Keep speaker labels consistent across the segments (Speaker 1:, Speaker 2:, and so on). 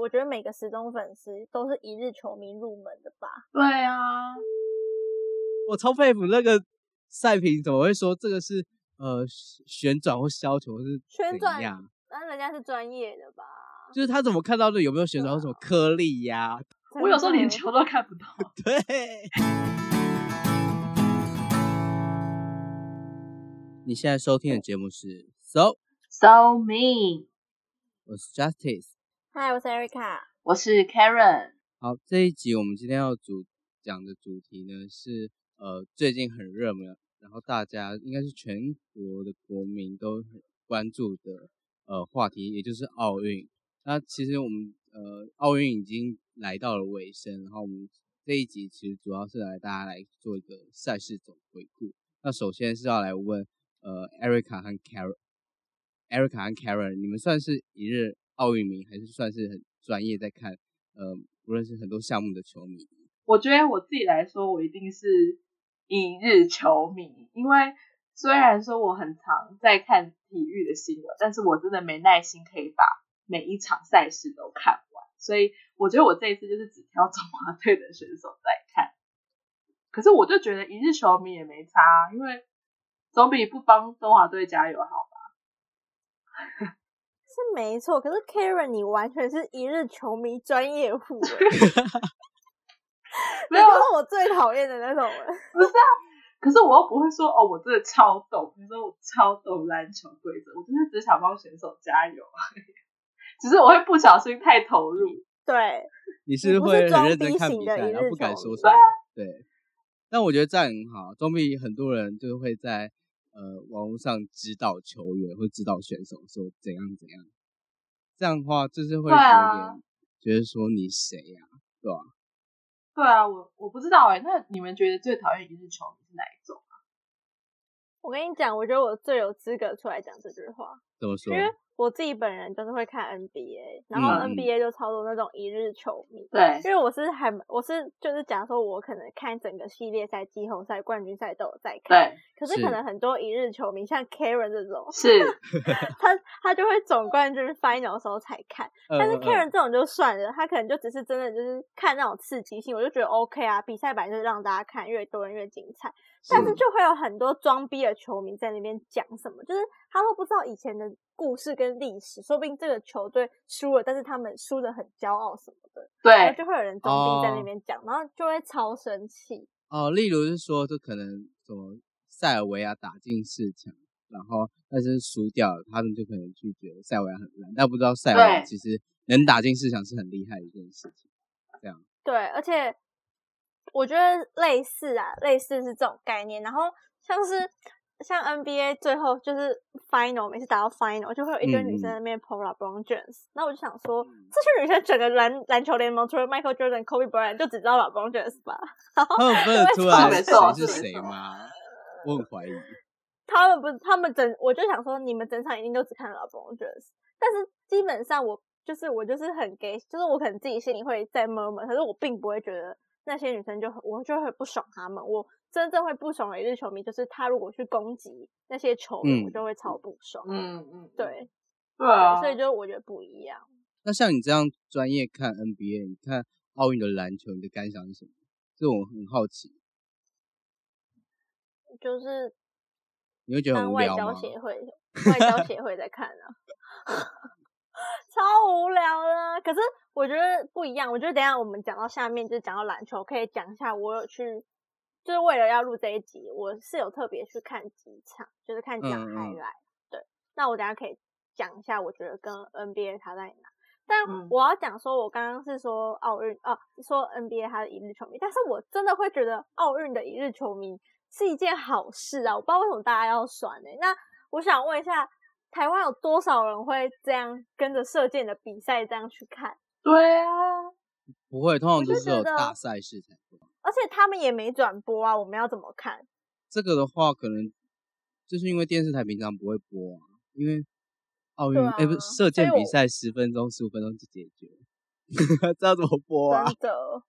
Speaker 1: 我觉得每个时钟粉丝都是一日球迷入门的吧。
Speaker 2: 对啊，
Speaker 3: 我超佩服那个赛评怎么会说这个是呃旋转或削球是
Speaker 1: 旋转
Speaker 3: 怎样？
Speaker 1: 那人家是专业的吧？
Speaker 3: 就是他怎么看到的有没有旋转或什
Speaker 1: 啊
Speaker 3: 么颗粒呀、
Speaker 2: 我有时候连
Speaker 1: 真的
Speaker 2: 球都看不到。
Speaker 3: 对。你现在收听的节目是 So，
Speaker 2: So mean，
Speaker 3: 我是 Justice。
Speaker 1: 嗨，我是 Erica。
Speaker 2: 我是 Karen。
Speaker 3: 好，这一集我们今天要主讲的主题呢是呃最近很热门，然后大家应该是全国的国民都很关注的呃话题，也就是奥运。那其实我们呃奥运已经来到了尾声，然后我们这一集其实主要是来大家来做一个赛事总回顾。那首先是要来问呃 Erica 和 Karen，Erica 和 Karen，你们算是一日奥运迷，还是算是很专业在看？呃，无论是很多项目的球迷，
Speaker 2: 我觉得我自己来说，我一定是一日球迷，因为虽然说我很常在看体育的新闻，但是我真的没耐心可以把每一场赛事都看完，所以我觉得我这一次就是只挑中华队的选手在看。可是我就觉得一日球迷也没差啊，因为总比不帮中华队加油好吧。
Speaker 1: 是没错，可是 Karen 你完全是一日球迷专业 户、欸，
Speaker 2: 没有啊
Speaker 1: 你就是我最讨厌的那种人。
Speaker 2: 可是我又不会说哦，我真的超懂，比如说我超懂篮球规则，我就是只想帮选手加油， 只是我会不小心太投入。
Speaker 1: 对，
Speaker 3: 你
Speaker 1: 你
Speaker 3: 是
Speaker 1: 不
Speaker 3: 会
Speaker 1: 是
Speaker 3: 很
Speaker 1: 装
Speaker 3: 认真
Speaker 1: 逼
Speaker 3: 看
Speaker 1: 型
Speaker 3: 比
Speaker 1: 的
Speaker 3: 赛，
Speaker 1: 一
Speaker 3: 然后
Speaker 1: 日
Speaker 3: 不敢
Speaker 1: 球
Speaker 3: 说
Speaker 1: 迷
Speaker 3: 什么。对，但我觉得这样很好，总比很多人就会在呃网络上指导球员或指导选手说怎样怎样，这样的话就是会
Speaker 2: 对
Speaker 3: 有
Speaker 2: 啊
Speaker 3: 点觉得说你谁呀、对吧、
Speaker 2: 对啊，我我不知道哎、那你们觉得最讨厌一日球迷是哪一种？
Speaker 1: 我跟你讲，我觉得我最有资格出来讲这句话，
Speaker 3: 怎么说
Speaker 1: 因？为我自己本人就是会看 NBA，然后
Speaker 3: 嗯
Speaker 1: NBA 就超多那种一日球迷。
Speaker 2: 对
Speaker 1: 因为我是还我是就是假如说，我可能看整个系列赛、季后赛、冠军赛都有在看，
Speaker 2: 对
Speaker 1: 可是
Speaker 3: 是
Speaker 1: 可能很多一日球迷，像 Karen 这种，
Speaker 2: 是，
Speaker 1: 他他就会总冠军 final 的时候才看，但是
Speaker 3: 呃
Speaker 1: Karen 这种就算了，他可能就只是真的就是看那种刺激性，我就觉得 OK 啊，比赛本来就是让大家看，越多人越精彩。但是就会有很多装逼的球迷在那边讲什么，就是他都不知道以前的故事跟历史，说不定这个球队输了，但是他们输的很骄傲什么的，然后
Speaker 2: 对
Speaker 1: 就会有人装逼在那
Speaker 3: 哦
Speaker 1: 边讲，然后就会超生气。
Speaker 3: 哦，例如是说，就可能什么塞尔维亚打进四强，然后但是输掉了，他们就可能去觉得塞尔维亚很烂，但不知道塞尔维亚
Speaker 2: 对
Speaker 3: 其实能打进四强是很厉害的一件事情。这样，
Speaker 1: 对，而且我觉得类似啊，类似是这种概念。然后像是像 NBA 最后就是 final，每次打到 final 就会有一堆女生
Speaker 3: 嗯嗯
Speaker 1: 在那边 po LeBron James，那我就想说，
Speaker 3: 嗯
Speaker 1: 这些女生整个篮篮球联盟除了 Michael Jordan、Kobe Bryant 就只知道 LeBron James 吧，
Speaker 3: 他们分得出
Speaker 2: 错
Speaker 3: 来
Speaker 2: 没错
Speaker 3: 谁
Speaker 2: 是
Speaker 3: 是
Speaker 2: 没
Speaker 3: 谁
Speaker 2: 错
Speaker 3: 吗？我很怀疑。
Speaker 1: 他们不是他们整，我就想说你们整场一定都只看 LeBron James，但是基本上我就是我就是很 gay，就是我可能自己心里会在 murmur，可是我并不会觉得那些女生就很我就会不爽他们，我真正会不爽的一日球迷就是他如果去攻击那些球员，
Speaker 3: 嗯
Speaker 1: 我就会超不爽。
Speaker 2: 嗯嗯，
Speaker 1: 对，
Speaker 2: 对啊，
Speaker 1: 所以就我觉得不一样。
Speaker 3: 那像你这样专业看 NBA，你看奥运的篮球，你的感想是什么？这我很好奇，
Speaker 1: 就是
Speaker 3: 你会觉得很
Speaker 1: 当
Speaker 3: 无
Speaker 1: 外
Speaker 3: 聊
Speaker 1: 交
Speaker 3: 吗？
Speaker 1: 协会，外交协会在看啊， 超无聊的啊。可是我觉得不一样，我觉得等一下我们讲到下面，就是讲到篮球，可以讲一下我有去，就是为了要录这一集，我是有特别去看几场，就是看啊几场
Speaker 3: 嗯嗯
Speaker 1: highlight、对，那我等一下可以讲一下，我觉得跟 NBA 差在哪。但
Speaker 2: 嗯
Speaker 1: 我要讲说，我刚刚是说奥运哦、说 NBA 他的一日球迷，但是我真的会觉得奥运的一日球迷是一件好事啊！我不知道为什么大家要酸呢、那我想问一下，台湾有多少人会这样跟着射箭的比赛这样去看？
Speaker 2: 对啊，
Speaker 3: 不会，通常
Speaker 1: 我就
Speaker 3: 都
Speaker 1: 是
Speaker 3: 有
Speaker 1: 觉得
Speaker 3: 大赛事才会。
Speaker 1: 而且他们也没转播啊，我们要怎么看？
Speaker 3: 这个的话，可能就是因为电视台平常不会播啊，因为奥运
Speaker 1: 对
Speaker 3: 哎、诶不是
Speaker 1: 啊
Speaker 3: 射箭
Speaker 1: 所以
Speaker 3: 比
Speaker 1: 我
Speaker 3: 赛十分钟十五分钟就解决，这要怎么播啊
Speaker 1: 真？的，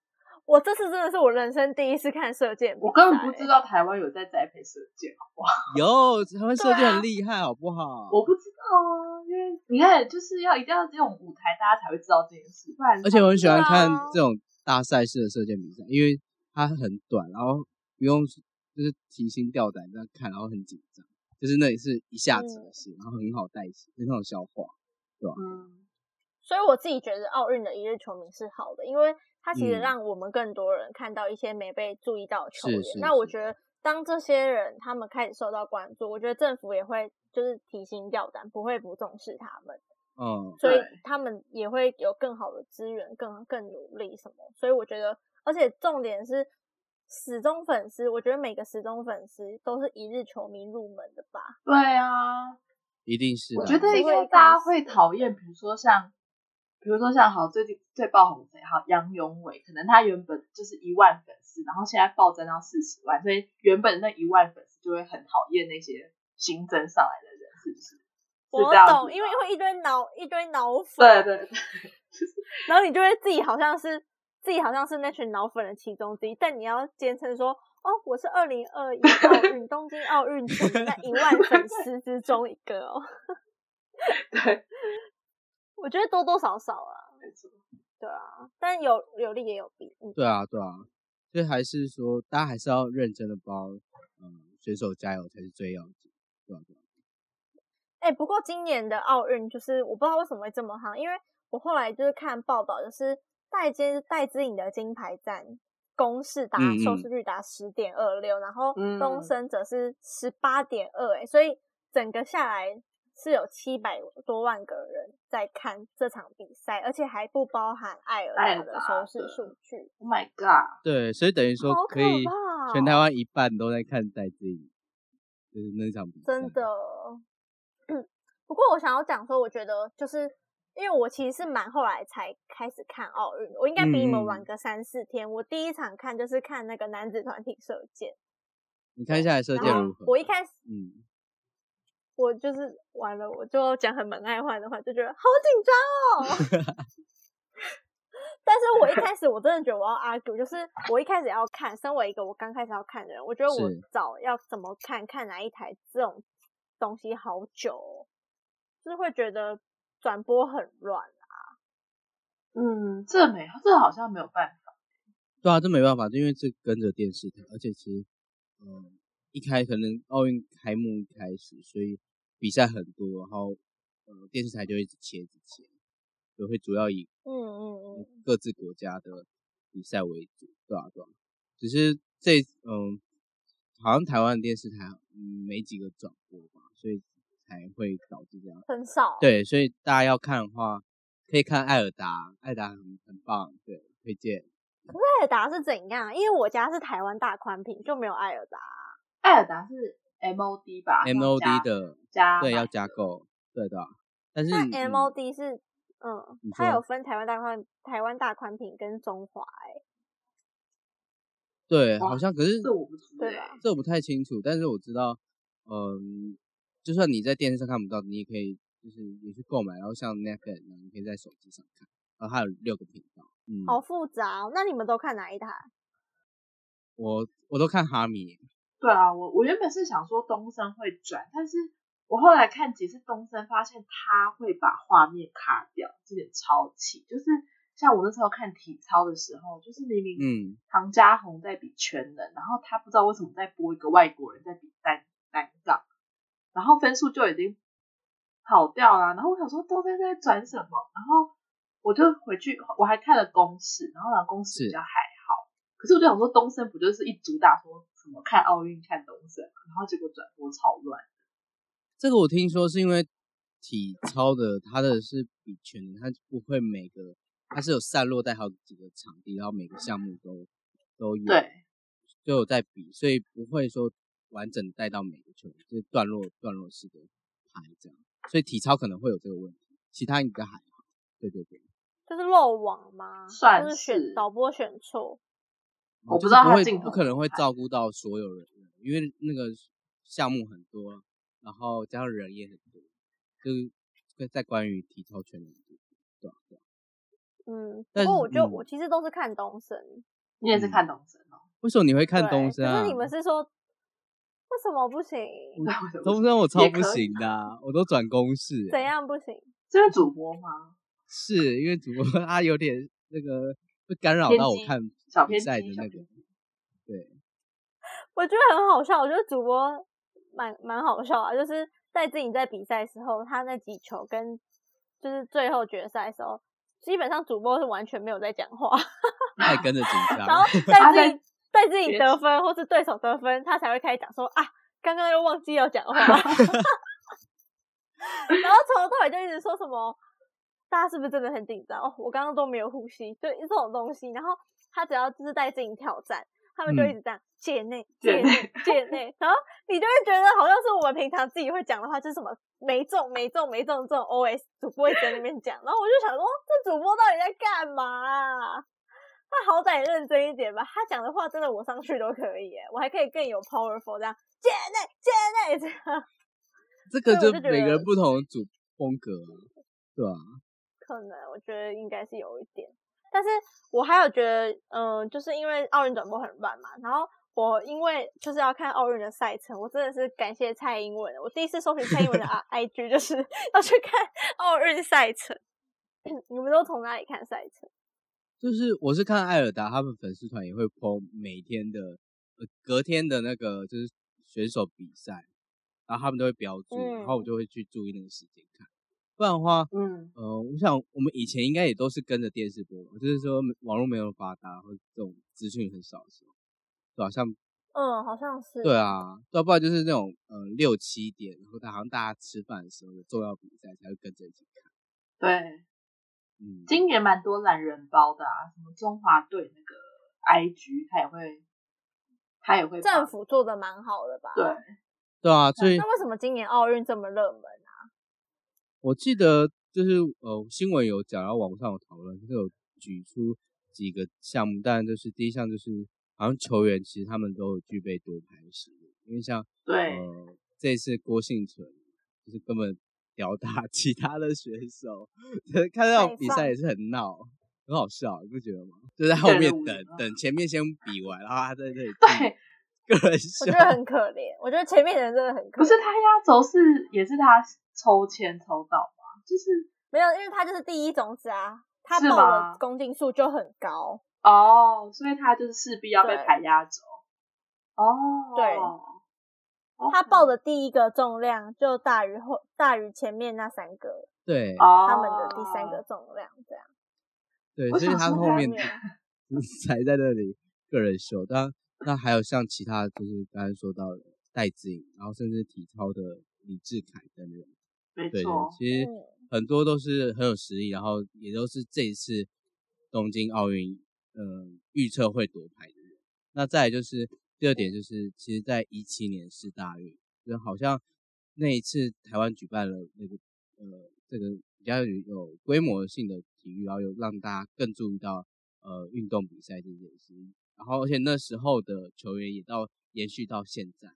Speaker 1: 我这次真的是我人生第一次看射箭比赛欸，
Speaker 2: 我根本不知道台湾有在栽培射箭，好不好？
Speaker 3: 有台湾射
Speaker 1: 对
Speaker 3: 箭
Speaker 1: 啊
Speaker 3: 很厉害，好不好？
Speaker 2: 我不知道啊，因为你看，就是要一定要这种舞台，大家才会知道这件事，不然
Speaker 3: 而且我很喜欢
Speaker 1: 对啊
Speaker 3: 看这种大赛事的射箭比赛，因为它很短，然后不用就是提心吊胆这样看，然后很紧张，就是那里是一下子
Speaker 1: 嗯
Speaker 3: 的事，然后很好带起，很好消化。
Speaker 2: 嗯，
Speaker 1: 所以我自己觉得奥运的一日球迷是好的，因为它其实
Speaker 3: 嗯
Speaker 1: 让我们更多人看到一些没被注意到的球
Speaker 3: 是
Speaker 1: 员。
Speaker 3: 是
Speaker 1: 那我
Speaker 3: 是
Speaker 1: 觉得，当这些人他们开始受到关注，我觉得政府也会就是提心吊胆，不会不重视他们，
Speaker 3: 嗯，
Speaker 1: 所以
Speaker 2: 对
Speaker 1: 他们也会有更好的资源，更更努力什么。所以我觉得，而且重点是。死忠粉丝，我觉得每个死忠粉丝都是一日球迷入门的吧。
Speaker 2: 对啊，
Speaker 3: 一定是的。
Speaker 2: 我觉得应
Speaker 1: 因为
Speaker 2: 该大家
Speaker 1: 当
Speaker 2: 会
Speaker 1: 时
Speaker 2: 讨厌，比如说像，比如说像好最近最爆红谁好杨永伟，可能他原本就是一万粉丝，然后现在暴增到四十万，所以原本那一万粉丝就会很讨厌那些新增上来的人，是不是？
Speaker 1: 我
Speaker 2: 是这样子
Speaker 1: 懂，因为
Speaker 2: 吗
Speaker 1: 会一堆脑一堆脑粉，
Speaker 2: 对对对，
Speaker 1: 然后你就会自己好像是自己好像是那群脑粉的其中之一，但你要坚称说，哦，我是二零二一奥运东京奥运球迷那一万粉丝之中一个哦。
Speaker 2: 对，
Speaker 1: 我觉得多多少少啊，
Speaker 2: 没错，
Speaker 1: 对啊，但有有利也有弊，嗯，
Speaker 3: 对啊，对啊，所以还是说大家还是要认真的帮嗯选手加油才是最要紧，对吧、对啊？
Speaker 1: 哎、不过今年的奥运就是我不知道为什么会这么夯，因为我后来就是看报道，就是戴金戴资颖的金牌战，公式达
Speaker 3: 嗯
Speaker 1: 收
Speaker 3: 嗯
Speaker 1: 视率达十点二六，然后东
Speaker 2: 嗯
Speaker 1: 升则是十八点二，哎，所以整个下来是有七百多万个人在看这场比赛，而且还不包含爱尔
Speaker 2: 爱
Speaker 1: 兰
Speaker 2: 尔
Speaker 1: 的收
Speaker 2: 达
Speaker 1: 视
Speaker 2: 的
Speaker 1: 数据，
Speaker 2: ，Oh my god，
Speaker 3: 对，所以等于说
Speaker 1: 好
Speaker 3: 可以
Speaker 1: 可怕
Speaker 3: 全
Speaker 1: 哦
Speaker 3: 台湾一半都在看戴资颖，就是那场比赛。
Speaker 1: 真的。嗯不过我想要讲说，我觉得就是因为我其实是蛮后来才开始看奥运的，我应该比你们晚
Speaker 3: 嗯
Speaker 1: 个三四天。我第一场看就是看那个男子团体射箭，
Speaker 3: 你看下来射
Speaker 1: 然
Speaker 3: 箭
Speaker 1: 后
Speaker 3: 如何？
Speaker 1: 我一开始
Speaker 3: 嗯，
Speaker 1: 我就是完了，我就讲很门外汉的话，就觉得好紧张哦。 但是我一开始我真的觉得我要 argue，就是我一开始要看，身为一个我刚开始要看的人，我觉得我
Speaker 3: 是
Speaker 1: 找要怎么看看哪一台这种东西好久、哦，就是会觉得转播很乱。啊
Speaker 2: 嗯，这没这好像没有办法，
Speaker 3: 对啊，这没办法，因为这跟着电视台，而且其实嗯一开可能奥运开幕一开始，所以比赛很多，然后呃电视台就会一直切一直切，就会主要以
Speaker 1: 嗯嗯嗯，
Speaker 3: 各自国家的比赛为主，对啊对啊。只是这嗯，好像台湾的电视台嗯没几个转播吧，所以才会导致这样。
Speaker 1: 很少。，
Speaker 3: 对，所以大家要看的话，可以看艾尔达，艾尔达很很棒，对，推荐。
Speaker 1: 艾尔达是怎样？啊因为我家是台湾大宽屏，就没有艾尔达。
Speaker 2: 艾尔达是 MOD 吧
Speaker 3: MOD 的
Speaker 2: 加
Speaker 3: 对
Speaker 2: 买
Speaker 3: 要加购，对的啊。但是
Speaker 1: 那
Speaker 3: 你
Speaker 1: MOD 是嗯
Speaker 3: 你，
Speaker 1: 它
Speaker 3: 说
Speaker 1: 有分台湾大宽、台湾大宽屏跟中华、欸，
Speaker 3: 对，
Speaker 2: 哇
Speaker 3: 好像可是
Speaker 2: 这我不知道
Speaker 1: 对
Speaker 2: 欸
Speaker 1: 吧？
Speaker 3: 这我不太清楚，但是我知道，嗯，就算你在电视上看不到，你也可以就是你去购买，然后像 Netflix，然后你可以在手机上看，然后它有六个频道，嗯，
Speaker 1: 好复杂、哦。那你们都看哪一台？
Speaker 3: 我我都看哈米，
Speaker 2: 对啊，我我原本是想说东升会转，但是我后来看几次东升，发现他会把画面卡掉，这点超气。就是像我那时候看体操的时候，就是明明
Speaker 3: 嗯，
Speaker 2: 唐家红在比全能，然后他不知道为什么在播一个外国人在比单单杠，然后分数就已经跑掉了。然后我想说东升在转什么，然后我就回去我还看了公式，然后呢公式
Speaker 3: 是
Speaker 2: 比较还好。可是我就想说，东升不就是一主打说什么看奥运看东升嘛，然后结果转播超乱。
Speaker 3: 这个我听说是因为体操的它的是比全能，它不会每个它是有散落在好几个场地，然后每个项目都都有
Speaker 2: 对，
Speaker 3: 都有在比，所以不会说完整带到每个球员，就是段落段落式的排这样，所以体操可能会有这个问题，其他应该还好。对对对，
Speaker 1: 就是漏网吗？
Speaker 2: 算
Speaker 1: 就是选
Speaker 2: 是
Speaker 1: 导播选错。
Speaker 2: 我
Speaker 3: 哦就
Speaker 2: 不
Speaker 3: 是
Speaker 2: 知道
Speaker 3: 不
Speaker 2: 他
Speaker 3: 会
Speaker 2: 镜头
Speaker 3: 不可
Speaker 2: 怎
Speaker 3: 能
Speaker 2: 么
Speaker 3: 会
Speaker 2: 拍
Speaker 3: 照顾到所有人，因为那个项目很多，然后加上人也很多，就是在关于体操全能度，对啊对啊
Speaker 1: 嗯，不
Speaker 3: 但
Speaker 1: 过
Speaker 3: 是
Speaker 1: 我就、
Speaker 3: 嗯
Speaker 1: 我其实都是看东森，
Speaker 2: 你也是看懂神哦，
Speaker 3: 为什么你会看东
Speaker 1: 对
Speaker 3: 升啊？
Speaker 1: 可是你们是说为什么不行？
Speaker 3: 嗯东升我超
Speaker 2: 也
Speaker 3: 不
Speaker 2: 可以
Speaker 3: 行的啊、我都转公式欸、
Speaker 1: 怎样不行？
Speaker 2: 这是主播吗？
Speaker 3: 是因为主播 他有点那个会干扰
Speaker 2: 偏
Speaker 3: 到我
Speaker 2: 激
Speaker 3: 看
Speaker 2: 小
Speaker 3: 比
Speaker 2: 偏
Speaker 3: 赛的
Speaker 2: 激，小
Speaker 3: 那
Speaker 2: 偏
Speaker 3: 个
Speaker 2: 激。
Speaker 1: 我觉得很好笑，我觉得主播蛮蛮好笑啊，就是在自己在比赛的时候，他那几球跟就是最后决赛的时候，基本上主播是完全没有在讲话，
Speaker 3: 他也跟着紧张
Speaker 1: 然。后
Speaker 2: 他
Speaker 1: 在自己在自己
Speaker 2: 决
Speaker 1: 得分或是对手得分，他才会开始讲说啊，刚刚又忘记要讲话，然后从头到尾就一直说什么，大家是不是真的很紧张？哦，我刚刚都没有呼吸，就这种东西。然后他只要就是带自己挑战，他们就一直这样界内界
Speaker 2: 界内
Speaker 1: 内界内，然后你就会觉得好像是我们平常自己会讲的话，就是什么没中没中没中这种 OS 主播一直在那边讲，然后我就想说，这主播到底在干嘛啊、他好歹认真一点吧，他讲的话真的我上去都可以耶，我还可以更有 powerful 这样界内界内欸这样，
Speaker 3: 这个
Speaker 1: 对
Speaker 3: 就
Speaker 1: 我就觉
Speaker 3: 每个人
Speaker 1: 得
Speaker 3: 不同的主风格啊，对吧、
Speaker 1: 可能我觉得应该是有一点，但是我还有觉得，嗯、就是因为奥运转播很乱嘛，然后我因为就是要看奥运的赛程，我真的是感谢蔡英文，我第一次搜寻蔡英文 的啊 I- IG 就是要去看奥运赛程。 你们都从哪里看赛程？
Speaker 3: 就是我是看艾尔达他们粉丝团也会 po 每天的呃隔天的那个就是选手比赛，然后他们都会标注，然后我
Speaker 1: 嗯
Speaker 3: 就会去注意那个时间看。不然的话，
Speaker 2: 嗯，
Speaker 3: 呃，我想我们以前应该也都是跟着电视播吧，就是说网络没有发达或者这种资讯很少的时候，对吧、像
Speaker 1: 嗯，好像是。
Speaker 3: 对啊，要不然就是那种呃六七点，然后大好像大家吃饭的时候有重要比赛才会跟着一起看。
Speaker 2: 对，
Speaker 3: 嗯，
Speaker 2: 今年蛮多懒人包的啊，什么中华队那个 IG，他也会，他也会
Speaker 1: 政
Speaker 2: 放
Speaker 1: 府做的蛮好的吧？
Speaker 2: 对，
Speaker 3: 对啊，所以
Speaker 1: 那为什么今年奥运这么热门啊？
Speaker 3: 我记得就是呃新闻有讲，然后网上有讨论，就是有举出几个项目，但就是第一项就是好像球员其实他们都有具备夺牌的实力，因为像
Speaker 2: 对，
Speaker 3: 呃这一次郭幸存就是根本吊打
Speaker 2: 嗯
Speaker 3: 其他的选手， 就是看到
Speaker 1: 没
Speaker 3: 比赛
Speaker 1: 错
Speaker 3: 也是很闹，很好笑，你不觉得吗？就在
Speaker 2: 一
Speaker 3: 后
Speaker 2: 个人
Speaker 3: 面
Speaker 2: 的舞
Speaker 3: 等
Speaker 2: 蹈
Speaker 3: 等前面先比完，然后他在那里
Speaker 2: 对，
Speaker 3: 自己个人
Speaker 1: 我
Speaker 3: 秀
Speaker 1: 觉，得很可怜，我觉得前面的人真的很可
Speaker 2: 啊不
Speaker 1: 怜。
Speaker 2: 是他压轴是也是他抽签抽到吧？就是
Speaker 1: 没有，因为他就是第一种子啊，他
Speaker 2: 是
Speaker 1: 报
Speaker 2: 吗
Speaker 1: 的公斤数就很高。
Speaker 2: 哦，所以他就是势必要被
Speaker 1: 对
Speaker 2: 排压轴。哦，
Speaker 1: 对
Speaker 2: 哦，
Speaker 1: 他报的第一个重量就大于后大于前面那三个，
Speaker 3: 对
Speaker 2: 哦，
Speaker 1: 他们的第三个重量这样。嗯
Speaker 3: 对，
Speaker 2: 我
Speaker 3: 所以
Speaker 2: 想
Speaker 3: 他
Speaker 2: 说
Speaker 3: 哦后
Speaker 2: 他嗯
Speaker 3: 面
Speaker 1: 没有
Speaker 3: 才在那里个人秀。当那还有像其他的就是刚才说到的戴资颖，然后甚至体操的李志凯等人，
Speaker 2: 没
Speaker 3: 对对
Speaker 2: 错，，
Speaker 3: 其实
Speaker 1: 嗯
Speaker 3: 很多都是很有实力，然后也都是这一次东京奥运，呃，预测会夺牌的人。那再来就是第二点，就是其实在一七年世大运，就好像那一次台湾举办了那个呃这个比较有有规模性的体育，然后有让大家更注意到呃运动比赛这件事。然后而且那时候的球员也到延续到现在，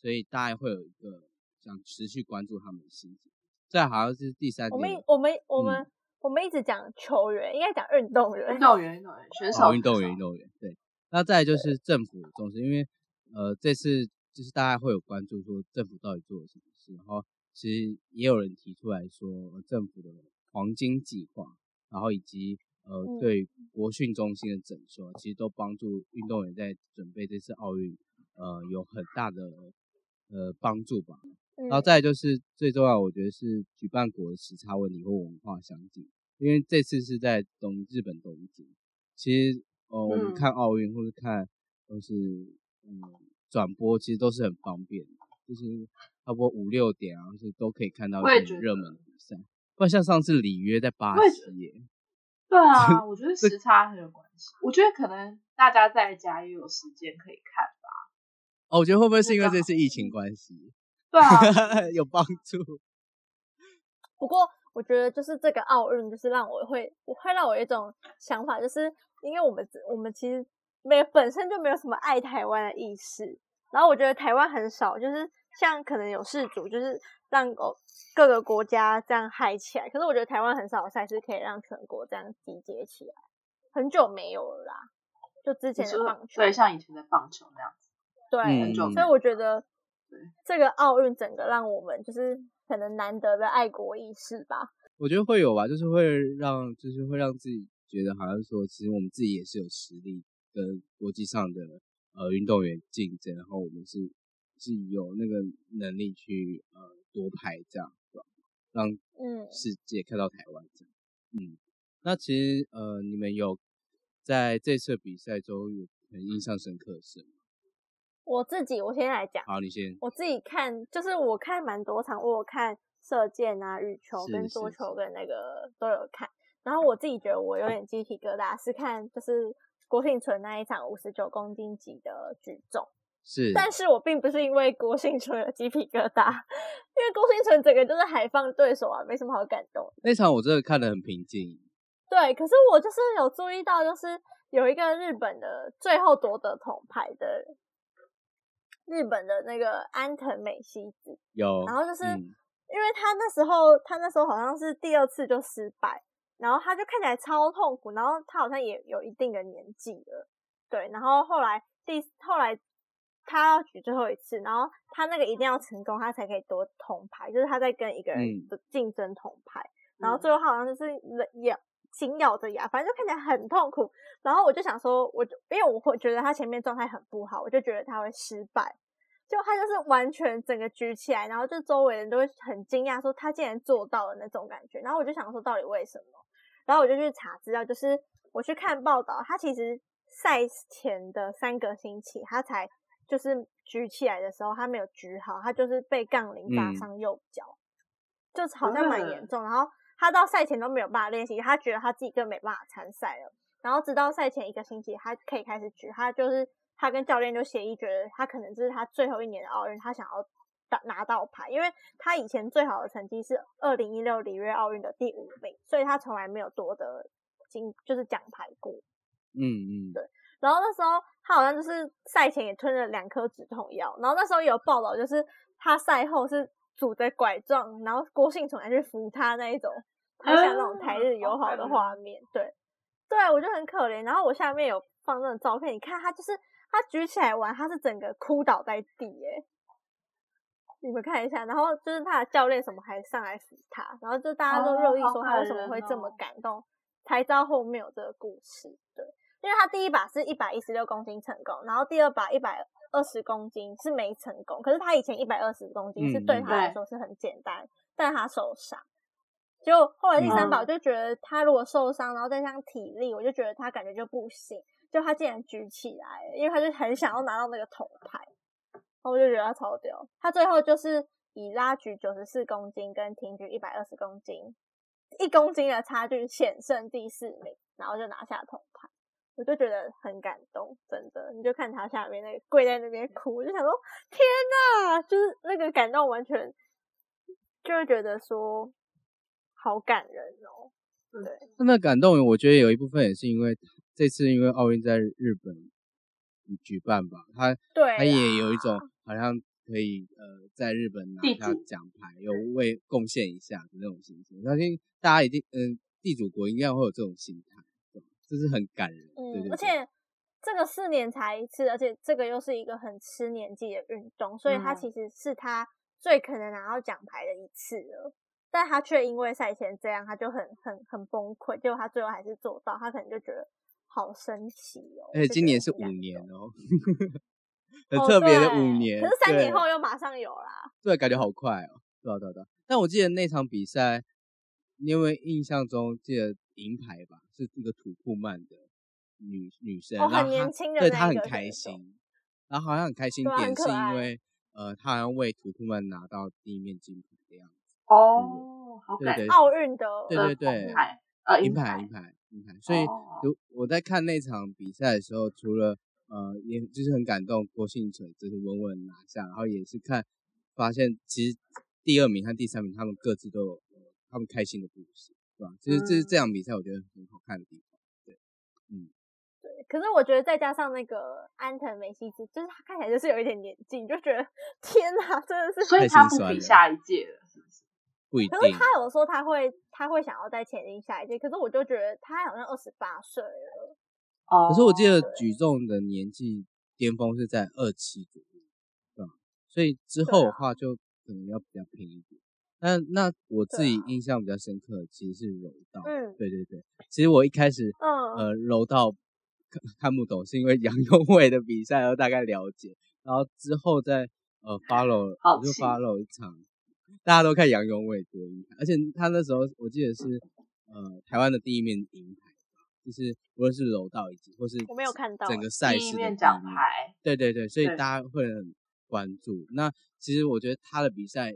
Speaker 3: 所以大家会有一个想持续关注他们的心情。这好像是第三
Speaker 1: 我们
Speaker 3: 点，
Speaker 1: 我们我们、
Speaker 3: 嗯
Speaker 1: 我们一直讲球员，应该讲运动员
Speaker 2: 运。动员、运动员、选手、
Speaker 3: 哦运动员，
Speaker 2: 选
Speaker 3: 运
Speaker 2: 手
Speaker 3: 动员，对。那再来就是政府的重视，因为呃这次就是大家会有关注说政府到底做了什么事，然后其实也有人提出来说、呃政府的黄金计划，然后以及呃
Speaker 1: 嗯
Speaker 3: 对国训中心的整修，其实都帮助运动员在准备这次奥运呃有很大的呃帮助吧。
Speaker 1: 嗯
Speaker 3: 然后再来就是最重要，我觉得是举办国的时差问题或文化相近，因为这次是在东日本东京。其实，呃，我们
Speaker 2: 嗯
Speaker 3: 看奥运或者看都是嗯转播，其实都是很方便的，就是差不多五六点啊，就是都可以看到
Speaker 2: 我也
Speaker 3: 一些
Speaker 2: 觉
Speaker 3: 热
Speaker 2: 得
Speaker 3: 门的比赛。不然像上次里约在巴
Speaker 2: 我也觉
Speaker 3: 西耶，
Speaker 2: 对 啊，我觉得时差很有关系。我觉得可能大家在家也有时间可以看吧。
Speaker 3: 哦，我觉得会不会
Speaker 2: 那嗯
Speaker 3: 是因为
Speaker 2: 刚
Speaker 3: 这
Speaker 2: 好
Speaker 3: 次疫情关系
Speaker 2: 对啊，
Speaker 3: 有帮助？
Speaker 1: 不过我觉得就是这个奥运，就是让我会，我会让我有一种想法，就是因为我们我们其实没本身就没有什么爱台湾的意识，然后我觉得台湾很少，就是像可能有事主，就是让哦各个国家这样嗨起来，可是我觉得台湾很少有赛事可以让全国这样集结起来，很久没有了啦。就之前
Speaker 2: 你
Speaker 1: 的
Speaker 2: 说
Speaker 1: 棒球，
Speaker 2: 对，像以前的棒球那样子，
Speaker 1: 对
Speaker 3: 嗯
Speaker 1: 所以我觉得
Speaker 2: 对
Speaker 1: 这个奥运整个让我们就是可能难得的爱国意识吧。
Speaker 3: 我觉得会有吧，就是会让，就是会让自己觉得好像说，其实我们自己也是有实力跟国际上的呃运动员竞争，然后我们是是有那个能力去呃夺牌这样，对吧让
Speaker 1: 嗯，
Speaker 3: 世界看到台湾这样。嗯，那其实呃，你们有在这次比赛中有很印象深刻的事吗？
Speaker 1: 我自己我先来讲，
Speaker 3: 好，你先。
Speaker 1: 我自己看就是我看蛮多场，我有看射箭啊、羽球
Speaker 3: 是
Speaker 1: 跟
Speaker 3: 是
Speaker 1: 桌
Speaker 3: 是
Speaker 1: 球跟那个都有看。然后我自己觉得我有点鸡皮疙瘩，是看就是郭幸存那一场五十九公斤级的举重。
Speaker 3: 是，
Speaker 1: 但是我并不是因为郭幸存有鸡皮疙瘩， 因为郭幸存整个就是海放对手啊，没什么好感动的。
Speaker 3: 那场我真的看得很平静。
Speaker 1: 对，可是我就是有注意到，就是有一个日本的最后夺得铜牌的日本的那个安藤美希子，
Speaker 3: 有，
Speaker 1: 然后就是、
Speaker 3: 嗯
Speaker 1: 因为她那时候她那时候好像是第二次就失败，然后她就看起来超痛苦，然后她好像也有一定的年纪了，对，然后后来第后来她要举最后一次，然后她那个一定要成功，她才可以夺铜牌，就是她在跟一个人
Speaker 3: 嗯
Speaker 1: 竞争铜牌。然后
Speaker 2: 嗯
Speaker 1: 最后他好像就是咬紧咬着牙，反正就看起来很痛苦。然后我就想说，我就因为我会觉得他前面状态很不好，我就觉得他会失败。就他就是完全整个举起来，然后就周围人都会很惊讶，说他竟然做到了那种感觉。然后我就想说，到底为什么？然后我就去查资料，就是我去看报道，他其实赛前的三个星期，他才就是举起来的时候，他没有举好，他就是被杠铃打
Speaker 3: 嗯
Speaker 1: 伤右脚，就好像
Speaker 2: 真的
Speaker 1: 蛮严重。然后他到赛前都没有办法练习，他觉得他自己更没办法参赛了。然后直到赛前一个星期，他可以开始举，他就是他跟教练就协议，觉得他可能这是他最后一年的奥运，他想要打拿到牌，因为他以前最好的成绩是二零一六里约奥运的第五名，所以他从来没有夺得金就是奖牌过。
Speaker 3: 嗯嗯，
Speaker 1: 然后那时候他好像就是赛前也吞了两颗止痛药，然后那时候也有报道，就是他赛后是拄着拐杖，然后郭幸存还去扶他那一种，很像
Speaker 2: 啊
Speaker 1: 那种台日友好的画面。对，对我就很可怜。然后我下面有放那种照片，你看他就是他举起来玩，他是整个哭倒在地耶。你们看一下，然后就是他的教练什么还上来扶他，然后就大家都
Speaker 2: 哦
Speaker 1: 热议
Speaker 2: 好
Speaker 1: 说
Speaker 2: 感
Speaker 1: 他为什么
Speaker 2: 人
Speaker 1: 会这么
Speaker 2: 哦
Speaker 1: 感动，才知道后面有这个故事。对，因为他第一把是一百一十六公斤成功，然后第二把一百二十公斤是没成功，可是他以前一百二十公斤是
Speaker 3: 嗯
Speaker 1: 对
Speaker 3: 嗯
Speaker 1: 他来
Speaker 2: 对
Speaker 1: 说是很简单，但他受伤。就后来第三把，
Speaker 2: 嗯
Speaker 1: 我就觉得他如果受伤，然后再加上体力，我就觉得他感觉就不行。就他竟然举起来了，因为他就很想要拿到那个铜牌，然后我就觉得他超屌。他最后就是以拉举九十四公斤跟挺举一百二十公斤一公斤的差距险胜第四名，然后就拿下铜牌。我就觉得很感动，真的。你就看他下面那个跪在那边哭，我就想说天呐，就是那个感动完全就会觉得说好感人哦。
Speaker 3: 那那感动，我觉得有一部分也是因为这次因为奥运在日本嗯举办吧，他
Speaker 1: 对，
Speaker 3: 他也有一种好像可以呃在日本拿
Speaker 2: 地
Speaker 3: 下
Speaker 2: 主
Speaker 3: 奖牌，有为贡献一下的那种心情。我相信大家一定嗯、地主国应该会有这种心态，对这是很感人。对对
Speaker 1: 嗯，
Speaker 3: 对
Speaker 1: 而且这个四年才一次，而且这个又是一个很吃年纪的运动，所以他
Speaker 2: 嗯
Speaker 1: 其实是他最可能拿到奖牌的一次了。但他却因为赛前这样，他就很很很崩溃，结果他最后还是做到，他可能就觉得好神奇哦。
Speaker 3: 而且
Speaker 1: 就
Speaker 3: 今
Speaker 1: 觉
Speaker 3: 年
Speaker 1: 得
Speaker 3: 是
Speaker 1: 很
Speaker 3: 五
Speaker 1: 感
Speaker 3: 年
Speaker 1: 动
Speaker 3: 哦， 很
Speaker 1: 哦
Speaker 3: 特别的
Speaker 1: 对
Speaker 3: 五年。
Speaker 1: 可是三年
Speaker 3: 对
Speaker 1: 后又马上有啦。
Speaker 3: 对，感觉好快哦。对啊，对啊，对啊。但我记得那场比赛，你有没有印象中记得银牌吧？是一个土库曼的女女生，
Speaker 1: 哦，
Speaker 3: 然
Speaker 1: 很
Speaker 3: 后
Speaker 1: 年
Speaker 3: 她
Speaker 1: 轻的
Speaker 3: 对
Speaker 1: 那
Speaker 3: 她
Speaker 1: 一
Speaker 3: 很
Speaker 1: 个
Speaker 3: 开
Speaker 1: 选手
Speaker 3: 心，然后好像很开心
Speaker 1: 对啊很
Speaker 3: 点
Speaker 1: 可
Speaker 3: 是因
Speaker 1: 爱
Speaker 3: 为呃，她好像为土库曼拿到第一面金牌的样子。
Speaker 2: 哦，好
Speaker 3: 对
Speaker 2: 感
Speaker 3: 对
Speaker 2: 人
Speaker 1: 奥运的，
Speaker 3: 对
Speaker 2: 的
Speaker 3: 对对
Speaker 2: 铜牌呃
Speaker 3: 银
Speaker 2: 银
Speaker 3: 牌，银
Speaker 2: 牌，
Speaker 3: 牌，银牌。所以
Speaker 2: 哦
Speaker 3: 如我在看那场比赛的时候，除了呃，也就是很感动郭幸存就是稳稳拿下，然后也是看发现其实第二名和第三名他们各自都有呃他们开心的故事，对吧？就是这是这
Speaker 2: 嗯
Speaker 3: 场比赛我觉得很好看的地方。
Speaker 1: 可是我觉得再加上那个安藤美希子，就是她看起来就是有一点年纪，你就觉得天哪，真的是。
Speaker 2: 所以
Speaker 3: 太
Speaker 2: 他不
Speaker 3: 心酸
Speaker 2: 比
Speaker 3: 了
Speaker 2: 下一届了，是不是？
Speaker 3: 不一定
Speaker 1: 可是她有说她会，她会想要再前进下一届，可是我就觉得她好像二十八岁了，
Speaker 2: 哦，
Speaker 3: 可是我记得
Speaker 2: 对
Speaker 3: 举重的年纪巅峰是在二七左右，对吧？所以之
Speaker 1: 对
Speaker 3: 后的
Speaker 1: 啊
Speaker 3: 话就可能要比较拼一点。那那我自
Speaker 1: 对
Speaker 3: 己
Speaker 1: 啊
Speaker 3: 印象比较深刻的其实是柔道，
Speaker 1: 嗯
Speaker 3: 对对对。其实我一开始
Speaker 1: 嗯，
Speaker 3: 呃柔道看看不懂，是因为 杨永伟的比赛，然后大概了解，然后之后再 呃 follow，
Speaker 2: 好
Speaker 3: 我就
Speaker 2: 奇
Speaker 3: follow 一场，大家都看杨永伟多厉害，而且他那时候我记得是呃台湾的第一面银牌，就是无论是柔道以及或是
Speaker 1: 我没有看到
Speaker 3: 整
Speaker 1: 欸
Speaker 3: 个赛
Speaker 2: 第一
Speaker 3: 事的
Speaker 2: 面
Speaker 3: 第一
Speaker 2: 奖
Speaker 3: 名
Speaker 2: 牌，
Speaker 3: 对对对，所以
Speaker 2: 对
Speaker 3: 大家会很关注。那其实我觉得他的比赛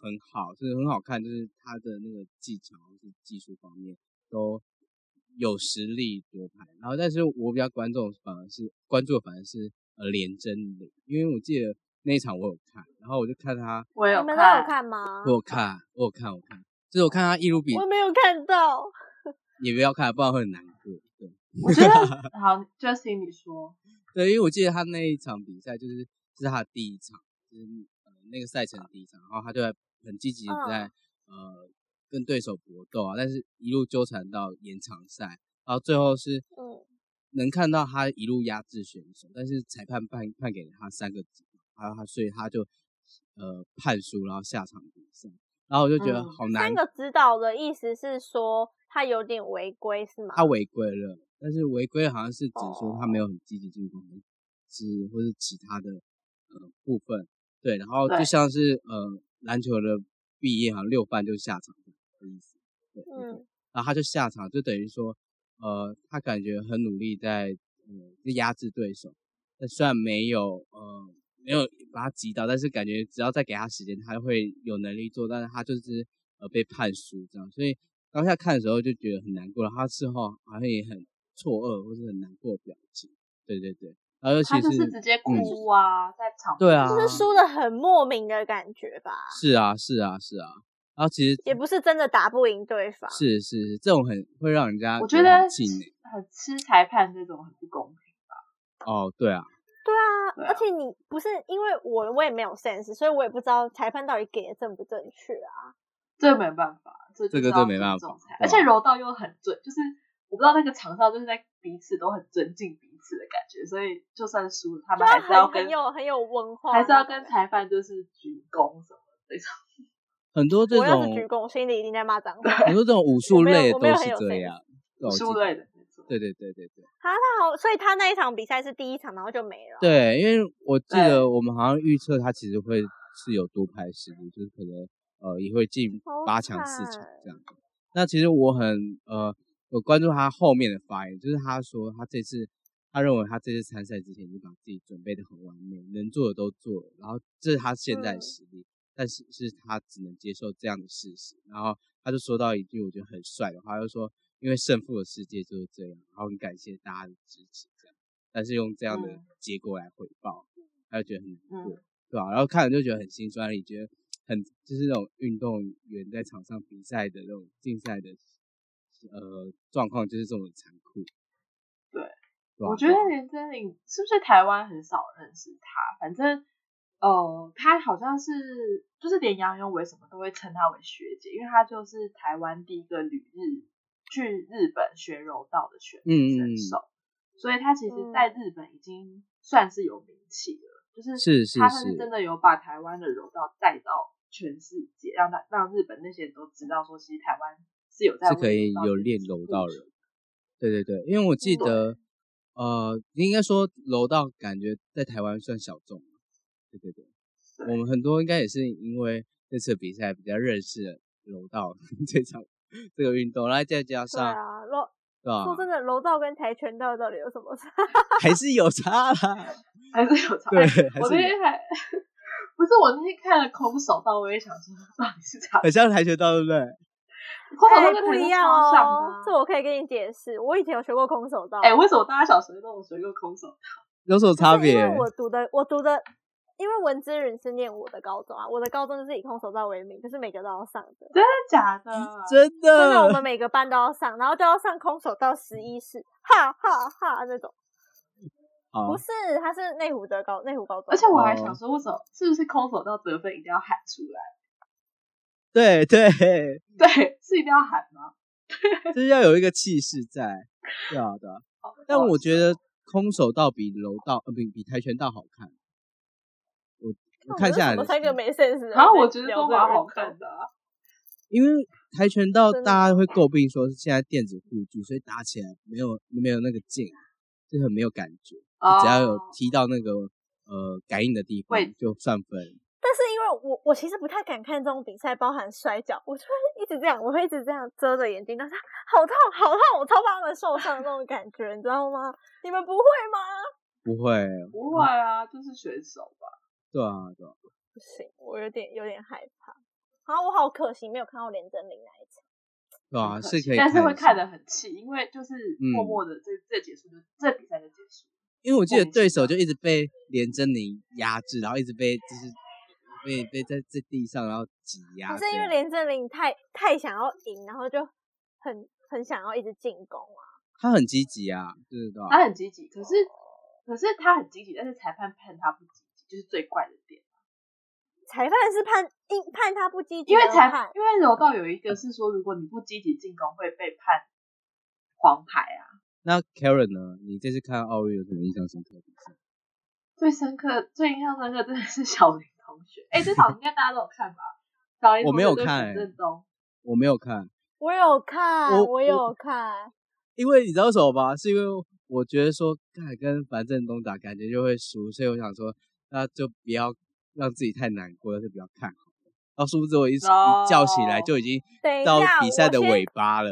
Speaker 3: 很好，就是很好看，就是他的那个技巧、是技术方面都有实力夺牌。然后，但是我比较关注反而是关注的反而是呃连真的，因为我记得那一场我有看，然后我就看他，
Speaker 2: 我有
Speaker 1: 你们都
Speaker 2: 看
Speaker 1: 有，看吗？
Speaker 3: 我有看，我有看，我看，就是我看他一路比
Speaker 1: 啊我没有看到，
Speaker 3: 也不要看，不然会很难过。对。
Speaker 2: 我觉得 好，Justin 你说，
Speaker 3: 对，因为我记得他那一场比赛就是是他的第一场，就是呃那个赛程的第一场，然后他就在很积极的在、
Speaker 1: 嗯
Speaker 3: 呃跟对手搏斗啊，但是一路纠缠到延长赛，然后最后是
Speaker 1: 嗯
Speaker 3: 能看到他一路压制选手，但是裁判判判给他三个指导，然后他所以他就呃判输，然后下场比赛，然后我就觉得
Speaker 2: 嗯
Speaker 3: 好难
Speaker 1: 三个指导的意思是说他有点违规是吗？
Speaker 3: 他违规了，但是违规好像是指说他没有很积极进攻，是或是其他的呃部分。对，然后就
Speaker 2: 对
Speaker 3: 像是呃篮球的毕业好像六犯就下场的意思。对，对对
Speaker 1: 嗯，
Speaker 3: 然后他就下场，就等于说呃他感觉很努力在呃在压制对手，但虽然没有呃没有把他击倒，但是感觉只要再给他时间，他会有能力做，但是他就是呃被判输这样，所以当下看的时候就觉得很难过，然后他事后好像也很错愕或是很难过的表情，对对对，然后尤其
Speaker 2: 他就是是直接
Speaker 3: 嗯
Speaker 2: 哭啊，在场
Speaker 3: 对
Speaker 2: 边
Speaker 3: 啊
Speaker 1: 就是输的很莫名的感觉吧，
Speaker 3: 是啊是啊是啊，然后其实
Speaker 1: 也不是真的打不赢对方。
Speaker 3: 是是是这种很会让人家
Speaker 2: 我
Speaker 3: 觉
Speaker 2: 觉
Speaker 3: 得
Speaker 2: 得
Speaker 3: 很欸气馁
Speaker 2: 很吃裁判这种很不公平。
Speaker 3: 哦，对啊
Speaker 1: 对啊，
Speaker 2: 对
Speaker 1: 而
Speaker 2: 啊
Speaker 1: 且你不是因为我我也没有 sense，所以我也不知道裁判到底给的正不正确啊。
Speaker 2: 这没办法，这
Speaker 3: 这个
Speaker 2: 真
Speaker 3: 真没办法对啊
Speaker 2: 而且柔道又很尊，就是我不知道那个场上就是在彼此都很尊敬彼此的感觉，所以就算输了，他
Speaker 1: 对
Speaker 2: 们
Speaker 1: 啊
Speaker 2: 还是要
Speaker 1: 很
Speaker 2: 跟
Speaker 1: 很有很有文化
Speaker 2: 还是
Speaker 1: 那
Speaker 2: 要
Speaker 1: 种
Speaker 2: 跟
Speaker 1: 的
Speaker 2: 裁判就是鞠躬什么的那种。
Speaker 3: 很多这
Speaker 1: 我要是
Speaker 3: 种
Speaker 1: 鞠躬，我心里一定在骂脏 话。
Speaker 3: 很多这种武术
Speaker 1: 没有
Speaker 3: 类
Speaker 1: 我
Speaker 3: 的
Speaker 1: 没有
Speaker 3: 都
Speaker 1: 很
Speaker 3: 是
Speaker 1: 有
Speaker 3: 这
Speaker 1: sense
Speaker 3: 样，对我记
Speaker 2: 输
Speaker 3: 得
Speaker 2: 类的那种。
Speaker 3: 对对对对对。
Speaker 1: 啊，他好，所以他那一场比赛是第一场，然后就没了。
Speaker 3: 对，因为我记
Speaker 2: 对
Speaker 3: 得我们好像预测他其实会是有多排实力，就是可能呃也会进
Speaker 1: 好
Speaker 3: 八强、四强
Speaker 1: 惨
Speaker 3: 这样子。那其实我很呃有关注他后面的发言，就是他说他这次他认为他这次参赛之前已经把自己准备的很完美，能做的都做了，然后这是他现在的
Speaker 1: 嗯
Speaker 3: 实力，但是是他只能接受这样的事实。然后他就说到一句我觉得很帅的话，他就说因为胜负的世界就是这样，然后很感谢大家的支持这样。但是用这样的
Speaker 2: 嗯
Speaker 3: 结果来回报，他就觉得很难过，
Speaker 2: 嗯
Speaker 3: 对吧、然后看了就觉得很心酸，也觉得很就是那种运动员在场上比赛的那种竞赛的呃状况就是这么残酷，
Speaker 2: 对
Speaker 3: 对吧
Speaker 2: 我觉得连真玲是不是台湾很少认识他？反正，呃，他好像是就是连杨永伟什么都会称他为学姐，因为他就是台湾第一个旅日去日本学柔道的选
Speaker 3: 嗯嗯
Speaker 2: 选手，所以他其实在日本已经算是有名气了，就是
Speaker 3: 是是
Speaker 2: 他算
Speaker 3: 是
Speaker 2: 是真的有把台湾的柔道带到全世界，让他让日本那些人都知道说，其实台湾是有在
Speaker 3: 是可
Speaker 2: 为
Speaker 3: 以
Speaker 2: 柔道这
Speaker 3: 有
Speaker 2: 件
Speaker 3: 练
Speaker 2: 事
Speaker 3: 柔
Speaker 2: 付
Speaker 3: 道
Speaker 2: 出
Speaker 3: 人。对对对，因为我记
Speaker 1: 嗯
Speaker 3: 得，呃，应该说柔道感觉在台湾算小众，对对对，我们很多应该也是因为这次比赛比较认识了柔道 这场这个运动，然后再加
Speaker 1: 对
Speaker 3: 上
Speaker 1: 啊，柔
Speaker 2: 嗯
Speaker 3: 对吧、
Speaker 1: 说真的，柔道跟跆拳道到底有什么差？
Speaker 3: 还是有差啦，
Speaker 2: 还是有差。
Speaker 3: 对
Speaker 2: 哎
Speaker 3: 还
Speaker 2: 我
Speaker 3: 是
Speaker 2: 那天还不是我那天看了空手道，我也想说到底是差，
Speaker 3: 很像跆拳道，对不对？
Speaker 2: 空手
Speaker 1: 哎
Speaker 2: 道跟
Speaker 1: 不
Speaker 2: 跆
Speaker 1: 一
Speaker 2: 拳
Speaker 1: 样
Speaker 2: 道超像的
Speaker 1: 哦
Speaker 2: 啊。
Speaker 1: 这我可以跟你解释，我以前有学过空手道。
Speaker 2: 哎，为什么大家小学都有学过空手道？
Speaker 3: 有什么 差
Speaker 1: 是因
Speaker 3: 别？
Speaker 1: 为我读的，我读的，因为文之人是念我的高中啊，我的高中就是以空手道为名，就是每个都要上的。
Speaker 2: 真的假的？
Speaker 3: 嗯真的，
Speaker 1: 真的，我们每个班都要上，然后都要上空手道十一式，哈哈哈那种。
Speaker 3: 好哦
Speaker 1: 不是，他是内湖的高内湖高中，
Speaker 2: 而且我还想说，为什么是不是空手道得分一定要喊出来？
Speaker 3: 对对，
Speaker 1: 嗯
Speaker 2: 对，是一定要喊吗？
Speaker 3: 就是要有一个气势在，对啊对啊。
Speaker 2: 哦
Speaker 3: 但我觉得空手道比柔道呃比比跆拳道好看。我我看下来
Speaker 1: 我
Speaker 3: 的
Speaker 1: 们三个
Speaker 3: 心
Speaker 1: 没 sense 的人
Speaker 2: 然后
Speaker 1: 在
Speaker 2: 啊我觉得
Speaker 1: 聊
Speaker 2: 都
Speaker 1: 这个
Speaker 2: 蛮好
Speaker 1: 运
Speaker 2: 看
Speaker 1: 动。
Speaker 2: 的啊、
Speaker 3: 因为跆拳道
Speaker 1: 真的
Speaker 3: 大家会诟病说是现在电子护具，所以打起来没有没有那个劲，就很没有感觉。
Speaker 2: 哦
Speaker 3: 只要有踢到那个呃感应的地方
Speaker 2: 位
Speaker 3: 就算分。
Speaker 1: 但是因为我我其实不太敢看这种比赛，包含摔跤，我就会一直这样，我会一直这样遮着眼睛，但是好痛好痛，我超怕他们受伤的那种感觉，你知道吗？你们不会吗？
Speaker 3: 不会，
Speaker 2: 不会啊，就是选手吧。
Speaker 3: 对啊，对啊。
Speaker 1: 不行，我有点有点害怕。啊，我好可惜没有看到连真玲哎那一场。
Speaker 3: 对啊，
Speaker 2: 很可
Speaker 3: 是
Speaker 2: 惜
Speaker 3: 可以，
Speaker 2: 但是会看
Speaker 3: 的。
Speaker 2: 得很气，因为就是
Speaker 3: 嗯
Speaker 2: 默默的这、这结束就这比赛就结束。
Speaker 3: 因为我记
Speaker 2: 莫
Speaker 3: 得
Speaker 2: 名
Speaker 3: 对
Speaker 2: 其妙
Speaker 3: 手就一直被连真宁压制，然后一直被就是被被在在地上然后挤压
Speaker 1: 不
Speaker 3: 这
Speaker 1: 是
Speaker 3: 样。
Speaker 1: 因为连真玲太太想要赢，然后就很很想要一直进攻啊。
Speaker 3: 他很积极啊，就是对吧？
Speaker 2: 他很积极，可是
Speaker 1: 哦
Speaker 2: 可是他很积极，但是裁判判他不积极，就是最怪的点。
Speaker 1: 裁判是判应判他不积极，
Speaker 2: 因为裁
Speaker 1: 判，
Speaker 2: 因为柔道有一个是说，如果你不积极进攻会被判黄牌啊。
Speaker 3: 那 Karen 呢？你这次看奥运有什么印象深刻的比赛？
Speaker 2: 最深刻、最印象深刻真的是小林同学。哎，这场应该大家都有看吧？小林
Speaker 3: 我
Speaker 2: 同
Speaker 3: 没
Speaker 2: 学
Speaker 3: 有
Speaker 2: 对
Speaker 3: 看欸
Speaker 2: 许正东，
Speaker 3: 我没有看，
Speaker 1: 我有看，
Speaker 3: 我
Speaker 1: 我
Speaker 3: 我
Speaker 1: 有看，
Speaker 3: 因为你知道为什么吗？是因为我觉得说，看跟樊振东打感觉就会输，所以我想说，那就不要让自己太难过，但是不要看好了。然后殊不知我一、一叫起来
Speaker 2: 哦
Speaker 3: 就已经
Speaker 1: 等一
Speaker 3: 到
Speaker 1: 下
Speaker 3: 比赛
Speaker 1: 我
Speaker 3: 的
Speaker 1: 先
Speaker 3: 尾巴了。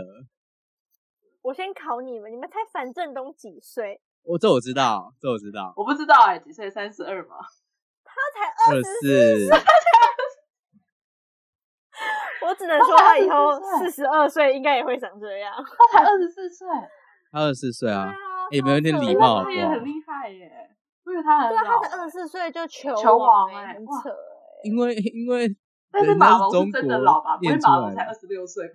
Speaker 1: 我先考你们，你们猜樊振东几岁？
Speaker 3: 我这我知道，这我知道，
Speaker 2: 我不知道哎、几岁？三十二吗？
Speaker 1: 他才
Speaker 3: 二
Speaker 1: 二十，
Speaker 3: 四。
Speaker 1: 我只能说他以后
Speaker 2: 他才
Speaker 1: 四
Speaker 2: 24
Speaker 1: 十二岁应该也会长这样。
Speaker 2: 他才二十四岁，
Speaker 3: 他二十四岁 啊，也没有
Speaker 1: 超
Speaker 3: 一点
Speaker 1: 扯
Speaker 3: 礼
Speaker 2: 哎
Speaker 1: 的
Speaker 3: 貌好
Speaker 2: 他
Speaker 3: 不
Speaker 2: 也
Speaker 3: 好
Speaker 2: 很厉害耶、我以为他很
Speaker 1: 对啊，
Speaker 2: 老
Speaker 1: 他才二十四岁就球
Speaker 2: 球
Speaker 1: 王
Speaker 2: 王
Speaker 1: 哎、
Speaker 2: 哎
Speaker 1: 很
Speaker 2: 哇
Speaker 1: 扯哎、
Speaker 3: 因为因为
Speaker 2: 但是
Speaker 3: 人家
Speaker 2: 马
Speaker 3: 是
Speaker 2: 龙
Speaker 3: 中
Speaker 2: 是真的
Speaker 3: 国
Speaker 2: 老吧？不会
Speaker 3: 练
Speaker 2: 马
Speaker 3: 出
Speaker 2: 龙
Speaker 3: 来
Speaker 2: 才
Speaker 3: 的
Speaker 2: 二十六岁吧？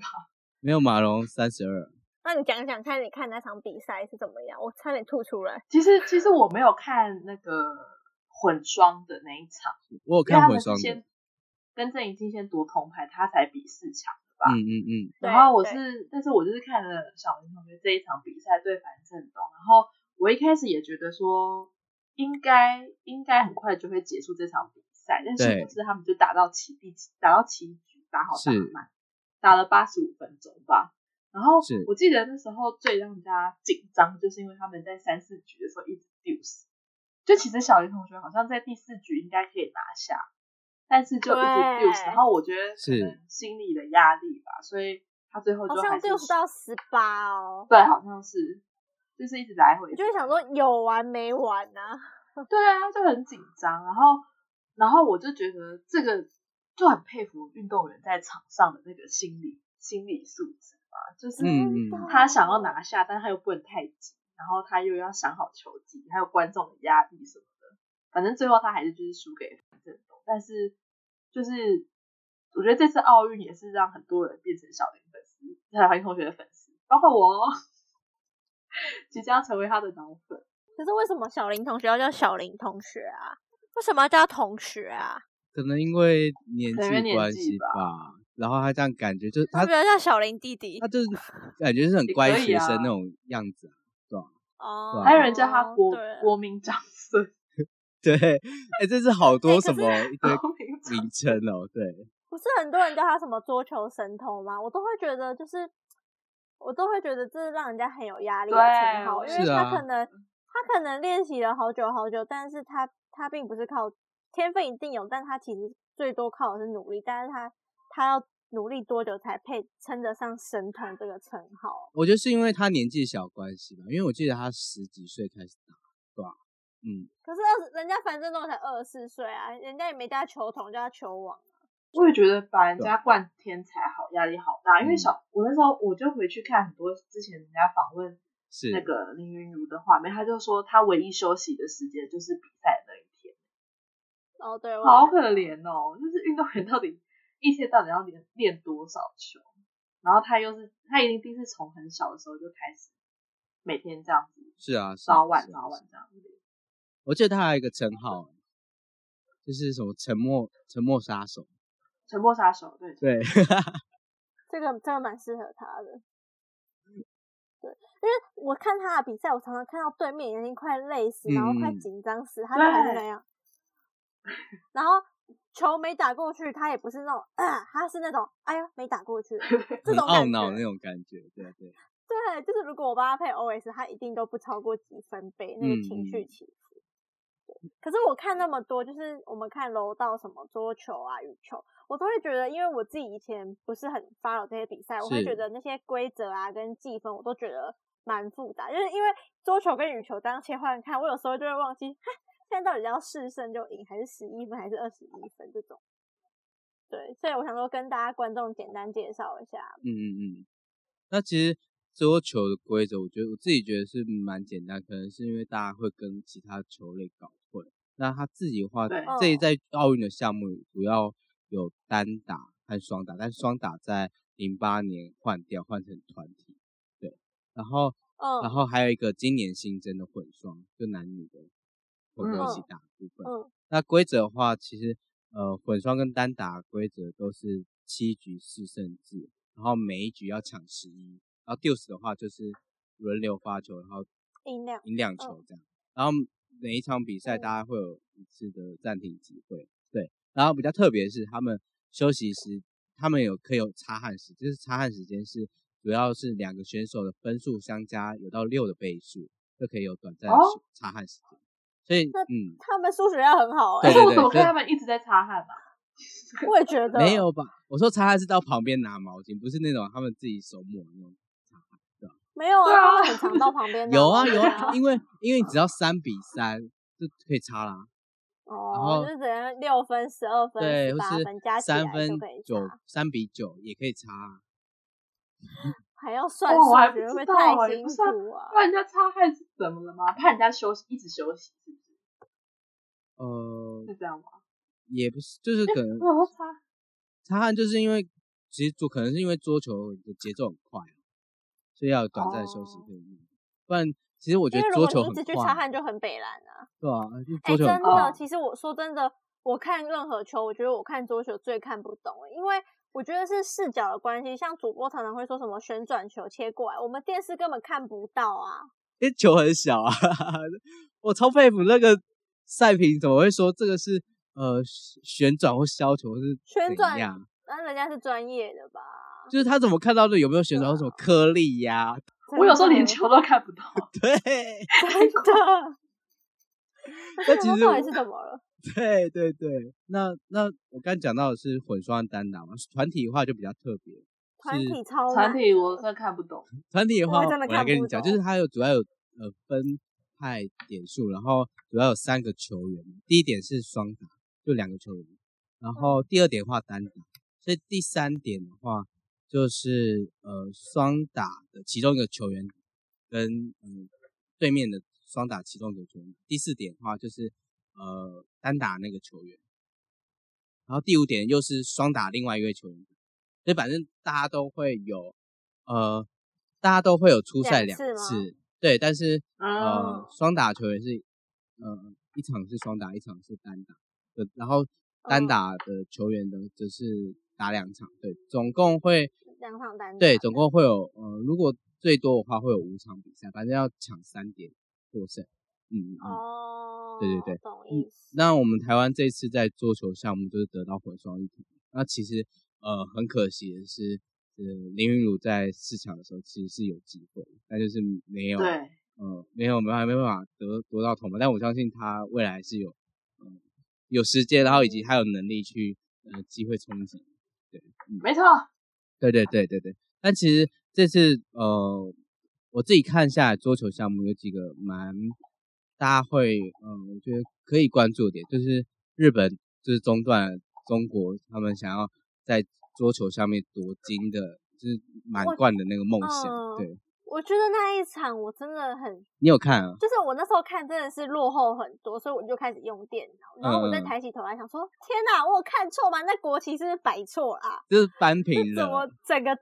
Speaker 3: 没有马龙三十二，
Speaker 1: 那你讲讲看，你看那场比赛是怎么样？我差点吐出来。
Speaker 2: 其实其实我没有看那个混双的那一场，
Speaker 3: 我有
Speaker 2: 因为啊他们
Speaker 3: 看混
Speaker 2: 是
Speaker 3: 双的，
Speaker 2: 先跟郑怡静先夺铜牌，他才比四强。吧
Speaker 3: 嗯嗯嗯，
Speaker 1: 对
Speaker 2: 然后我
Speaker 1: 对
Speaker 2: 是，但是我就是看了小林同学这一场比赛对樊振东，然后我一开始也觉得说应该应该很快就会结束这场比赛，但是
Speaker 3: 对
Speaker 2: 不是他们就打到七第七打到七局，打好打
Speaker 3: 是
Speaker 2: 满，打了八十五分钟吧。然后
Speaker 3: 是
Speaker 2: 我记得那时候最让大家紧张，就是因为他们在三四局的时候一直丢死，就其实小林同学好像在第四局应该可以拿下，但是就一直丢死，
Speaker 1: 对
Speaker 2: 然后哦我觉得可
Speaker 3: 是
Speaker 2: 能心理的压力吧，所以他最后就
Speaker 1: 好
Speaker 2: 还
Speaker 1: 像
Speaker 2: 是
Speaker 1: 六十到十八哦，
Speaker 2: 对，好像是，就是一直来回，
Speaker 1: 我就会想说有完没完呐、
Speaker 2: 对啊，就很紧张。然后，然后我就觉得这个就很佩服运动员在场上的那个心理心理素质嘛，就是
Speaker 3: 嗯
Speaker 1: 真的
Speaker 2: 他想要拿下，但他又不能太急，然后他又要想好球技，还有观众的压力什么的。反正最后他还是就是输给樊振东，但是就是我觉得这次奥运也是让很多人变成小林粉丝，小林同学的粉丝，包括我、哦， 即将成为他的脑粉。
Speaker 1: 可是为什么小林同学要叫小林同学啊？为什么要叫同学啊？
Speaker 3: 可能因为年
Speaker 2: 可能因为
Speaker 3: 纪
Speaker 2: 年
Speaker 3: 关
Speaker 2: 纪
Speaker 3: 系吧，然后他这样感觉就是
Speaker 1: 为
Speaker 3: 他
Speaker 1: 什么要叫小林弟弟
Speaker 3: 他？就是感觉是很
Speaker 2: 也
Speaker 3: 乖
Speaker 2: 可以
Speaker 3: 学
Speaker 2: 啊
Speaker 3: 生那种样子啊，
Speaker 1: 哦，
Speaker 2: 还有人叫他国
Speaker 1: 对啊
Speaker 2: 国民长孙，
Speaker 3: 对，哎，这是好
Speaker 1: 哎
Speaker 3: 多
Speaker 1: 可
Speaker 3: 什
Speaker 1: 是
Speaker 3: 么
Speaker 2: 哦
Speaker 3: 一堆
Speaker 2: 国民长
Speaker 3: 名称哦，对，
Speaker 1: 不是很多人叫他什么桌球神童吗？我都会觉得就是，我都会觉得这是让人家很有压力的称
Speaker 2: 对
Speaker 1: 号，
Speaker 2: 我
Speaker 1: 因为
Speaker 3: 是
Speaker 1: 他
Speaker 3: 啊
Speaker 1: 可能、
Speaker 2: 嗯
Speaker 1: 他可能练习了好久好久，但是他他并不是靠天分一定有，但他其实最多靠的是努力，但是他他要努力多久才配称得上神童这个称号？
Speaker 3: 我觉得是因为他年纪小关系吧，因为我记得他十几岁开始打，对吧？嗯，
Speaker 1: 可是二十人家樊振东才二十四岁啊，人家也没叫他球童，叫他球王。
Speaker 2: 我也觉得把人家冠天才好，压力好大。因为
Speaker 3: 嗯
Speaker 2: 小我那时候我就回去看很多之前人家访问
Speaker 3: 是
Speaker 2: 那个林云如的画面，他就说他唯一休息的时间就是比赛那一天，
Speaker 1: 哦，对，我
Speaker 2: 好
Speaker 1: 看
Speaker 2: 可怜哦。就是运动员到底一天到底要练练多少球？然后他又是他一定是从很小的时候就开始每天这样子，
Speaker 3: 是啊，是啊
Speaker 2: 早晚
Speaker 3: 是啊
Speaker 2: 早
Speaker 3: 是啊
Speaker 2: 晚这样子。
Speaker 3: 我记得他还有一个称号，欸就是什么沉默沉默杀手。
Speaker 2: 沉默杀手， 对，
Speaker 3: 对，
Speaker 1: 这个这个蛮适合他的。对，因为我看他的比赛，我常常看到对面已经快累死，然后快
Speaker 3: 嗯
Speaker 1: 紧张死，他就还是
Speaker 2: 对
Speaker 1: 那样。然后球没打过去，他也不是那种，啊，他是那种，哎呀，没打 过去这
Speaker 3: 很
Speaker 1: 种感
Speaker 3: 懊恼
Speaker 1: 觉。
Speaker 3: 那种感觉，对啊对，
Speaker 1: 对，就是如果我帮他配 OS，他一定都不超过几分贝，那个情
Speaker 3: 嗯
Speaker 1: 绪起伏。对可是我看那么多，就是我们看柔道什么桌球啊、羽球，我都会觉得，因为我自己以前不是很 follow 这些比赛，我会
Speaker 3: 是
Speaker 1: 觉得那些规则啊跟计分，我都觉得蛮复杂。就是因为桌球跟羽球当切换看，我有时候就会忘记， 哈现在到底要试胜就赢，还是十一分，还是二十一分这种。对，所以我想说跟大家观众简单介绍一下，
Speaker 3: 嗯嗯嗯。那其实桌球的规则，我觉得我自己觉得是蛮简单，可能是因为大家会跟其他球类搞混。那他自己的话，
Speaker 2: 对
Speaker 3: 这一
Speaker 1: 嗯
Speaker 3: 在奥运的项目主要有单打和双打，但是双打在零八年换掉，换成团体。对，然后
Speaker 1: 嗯，
Speaker 3: 然后还有一个今年新增的混双，就男女的混合一起
Speaker 1: 嗯
Speaker 3: 打的部分。
Speaker 1: 嗯
Speaker 3: 那规则的话，其实呃混双跟单打规则都是七局四胜制，然后每一局要抢十一，然后 deuce 的话就是轮流发球，然后
Speaker 1: 音量，
Speaker 3: 赢两球这样。然后每一场比赛
Speaker 1: 嗯
Speaker 3: 大家会有一次的暂停机会，对。然后比较特别的是他们休息时，他们有可以有擦汗时，就是擦汗时间是主要是两个选手的分数相加有到六的倍数，就可以有短暂的
Speaker 2: 哦
Speaker 3: 时擦汗时间。所以
Speaker 1: 那
Speaker 3: 嗯，
Speaker 1: 他们数学要很好哎、
Speaker 3: 对
Speaker 2: 但
Speaker 1: 欸，
Speaker 2: 是我
Speaker 3: 对
Speaker 2: 怎么看
Speaker 3: 对所以
Speaker 2: 他们一直在擦汗啊？
Speaker 1: 我也觉得
Speaker 3: 没有吧？我说擦汗是到旁边拿毛巾，不是那种他们自己手抹的那种。
Speaker 1: 没有
Speaker 2: 对
Speaker 1: 啊，他
Speaker 2: 啊
Speaker 1: 们很常到旁边 的
Speaker 3: 有啊有啊， 因为因为只要三比三就可以擦啦。
Speaker 1: 哦，
Speaker 3: 后
Speaker 1: 就是只能六分、十二分、
Speaker 3: 对，
Speaker 1: 十
Speaker 3: 或
Speaker 1: 八
Speaker 3: 是
Speaker 1: 分加起来
Speaker 3: 三
Speaker 1: 就
Speaker 3: 分
Speaker 1: 可以
Speaker 3: 九
Speaker 1: 查，
Speaker 3: 三比九也可以差啊。
Speaker 1: 还要算
Speaker 2: 哦
Speaker 1: 数
Speaker 2: 我还不
Speaker 1: 学，会
Speaker 2: 知
Speaker 1: 不会
Speaker 2: 道
Speaker 1: 太
Speaker 2: 欸
Speaker 1: 辛
Speaker 2: 不是啊
Speaker 1: 苦啊？
Speaker 2: 怕人家擦汗是怎么了吗？怕人家休息，一直休息是不是？
Speaker 3: 呃，
Speaker 1: 嗯
Speaker 2: 是这样吗？
Speaker 3: 也不是，就是可 能
Speaker 2: 我说擦，
Speaker 3: 擦汗，就是因为其实桌可能是因为桌球的节奏很快啊，所以要有短暂的休息
Speaker 2: 哦
Speaker 3: 可以用。不然，其实我觉
Speaker 1: 因
Speaker 3: 得
Speaker 1: 为如
Speaker 3: 桌
Speaker 1: 果
Speaker 3: 球
Speaker 1: 你一
Speaker 3: 很
Speaker 1: 直去
Speaker 3: 快
Speaker 1: 擦，汗，就很北蓝啊。
Speaker 3: 对啊，就
Speaker 1: 哎、
Speaker 3: 桌球很
Speaker 1: 真
Speaker 3: 快
Speaker 1: 的，
Speaker 2: 快
Speaker 1: 其实我说真的，我看任何球，我觉得我看桌球最看不懂，因为我觉得是视角的关系。像主播常常会说什么旋转球切过来，我们电视根本看不到啊。
Speaker 3: 因为球很小啊， 我超佩服那个赛评怎么会说这个是呃旋转或削球是
Speaker 1: 旋
Speaker 3: 怎
Speaker 1: 转
Speaker 3: 样？
Speaker 1: 那人家是专业的吧？
Speaker 3: 就是他怎么看到的有没有旋转或什么
Speaker 1: 啊
Speaker 3: 颗粒呀、
Speaker 2: 我有时候
Speaker 1: 真的
Speaker 2: 连球都看不到。
Speaker 3: 对。
Speaker 1: 真 的。
Speaker 3: 那
Speaker 1: 我
Speaker 3: 其
Speaker 1: 想
Speaker 3: 实
Speaker 1: 说到底
Speaker 3: 我
Speaker 1: 是怎 么了？
Speaker 3: 对对对，那那我刚讲到的是混双单打嘛，团体的话就比较特别。
Speaker 1: 团
Speaker 3: 是
Speaker 1: 体超
Speaker 2: 团
Speaker 1: 难
Speaker 2: 体
Speaker 1: 的
Speaker 2: 我真的看不懂。
Speaker 3: 团体的
Speaker 1: 我
Speaker 3: 话，
Speaker 1: 真的
Speaker 3: 我来
Speaker 1: 看
Speaker 3: 跟
Speaker 1: 不
Speaker 3: 你讲，就是
Speaker 1: 懂
Speaker 3: 它有主要有呃分派点数，然后主要有三个球员，第一点是双打，就两个球员，
Speaker 1: 嗯
Speaker 3: 然后第二点的话单打，所以第三点的话就是呃双打的其中一个球员跟嗯对面的双打其中一个球员，第四点的话就是呃单打那个球员，然后第五点又是双打另外一位球员，所以反正大家都会有呃，大家都会有出赛
Speaker 1: 两
Speaker 3: 两
Speaker 1: 次吗哦
Speaker 3: 次，对，但是呃
Speaker 2: 嗯，
Speaker 3: 双打球员是呃一场是双打，一场是单打的，然后单
Speaker 1: 嗯
Speaker 3: 打的球员的则是打两场，对，总共会
Speaker 1: 两场单打。
Speaker 3: 对总共会有呃如果最多的话会有五场比赛，反正要抢三点获胜，嗯嗯。嗯
Speaker 1: 哦，
Speaker 3: 对对对，嗯
Speaker 1: 懂意思。
Speaker 3: 那我们台湾这次在桌球项目就是得到混双一铜。那其实呃很可惜的是，呃林云儒在四强的时候其实是有机会，但就是没有，
Speaker 2: 对，
Speaker 3: 呃没有没办法没办法得得到铜牌。但我相信他未来是有，嗯、有时间，然后以及
Speaker 1: 嗯
Speaker 3: 他有能力去呃机会冲击。
Speaker 2: 没错，
Speaker 3: 对对对对对。但其实这次呃，我自己看下来桌球项目有几个蛮大家会嗯、呃我觉得可以关注的点，就是日本就是中断了中国他们想要在桌球上面夺金的，就是满
Speaker 1: 我
Speaker 3: 贯的那个梦想。
Speaker 1: 嗯
Speaker 3: 对
Speaker 1: 我觉得那一场我真的很，
Speaker 3: 你有看啊？
Speaker 1: 就是我那时候看真的是落后很多，所以我就开始用电脑，然后我再
Speaker 3: 嗯嗯
Speaker 1: 抬起头来想说，天哪，我有看错吗？那国旗是不是摆错啦、
Speaker 3: 就是扳
Speaker 1: 这
Speaker 3: 平
Speaker 1: 怎么
Speaker 3: 了，
Speaker 1: 整个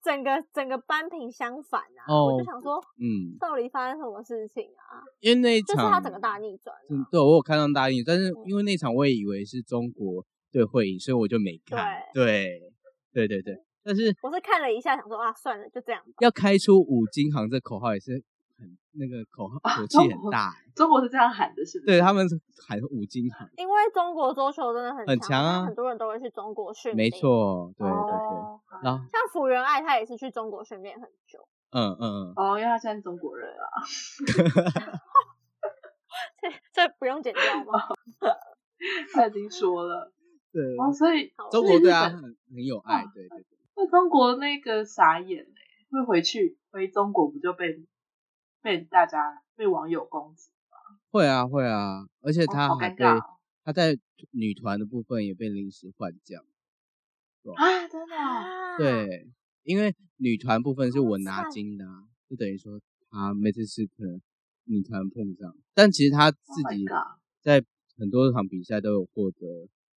Speaker 1: 整个整个班平相反啊？我
Speaker 3: 哦
Speaker 1: 就想说，
Speaker 3: 嗯，
Speaker 1: 到底发生什么事情啊？
Speaker 3: 因为那一
Speaker 1: 就
Speaker 3: 场
Speaker 1: 是他整个大逆转、啊。
Speaker 3: 嗯，对，我有看到大印，但是
Speaker 1: 嗯
Speaker 3: 因为那场我也以为是中国队会赢，所以我就没看。对，对对对但是
Speaker 1: 我是看了一下，想说啊，算了，就这样吧。
Speaker 3: 要开出五金行这口号也是很那个口号
Speaker 2: 啊
Speaker 3: 口气
Speaker 2: 中
Speaker 3: 很
Speaker 2: 国
Speaker 3: 大欸、
Speaker 2: 中国是这样喊的，是不是？
Speaker 3: 对他们是喊五金行，
Speaker 1: 因为中国桌球真的很
Speaker 3: 很强啊
Speaker 1: 很多人都会去中国训
Speaker 3: 没
Speaker 1: 练。，
Speaker 3: 错，对对对。
Speaker 2: 哦，
Speaker 3: 然后
Speaker 1: 像福原爱，她也是去中国训练很久。
Speaker 3: 嗯嗯嗯，
Speaker 2: 哦，因为他现在是中国人啊。
Speaker 1: 这这不用剪掉吗？
Speaker 2: 他已经说了
Speaker 3: 对，
Speaker 2: 哦，所以
Speaker 1: 好
Speaker 3: 中
Speaker 2: 所以
Speaker 3: 国
Speaker 2: 日
Speaker 3: 对啊他
Speaker 2: 本嗯
Speaker 3: 很很有爱，
Speaker 2: 哇
Speaker 3: 对对对，
Speaker 2: 那中国那个傻眼嘞、会回去回中国不就被被大家被网友攻击，
Speaker 3: 会啊会啊，而且
Speaker 2: 哦
Speaker 3: 他
Speaker 2: 好
Speaker 3: 还
Speaker 2: 尴
Speaker 3: 被
Speaker 2: 尬、哦、
Speaker 3: 他在女团的部分也被临时换将，
Speaker 2: 啊！真的啊、
Speaker 1: 啊，
Speaker 3: 哦对，因为女团部分是
Speaker 1: 好
Speaker 3: 我拿
Speaker 1: 惨
Speaker 3: 金的、啊，就等于说他每次是可能女团碰上，但其实他自
Speaker 2: Oh my
Speaker 3: 己
Speaker 2: god
Speaker 3: 在很多场比赛都有获得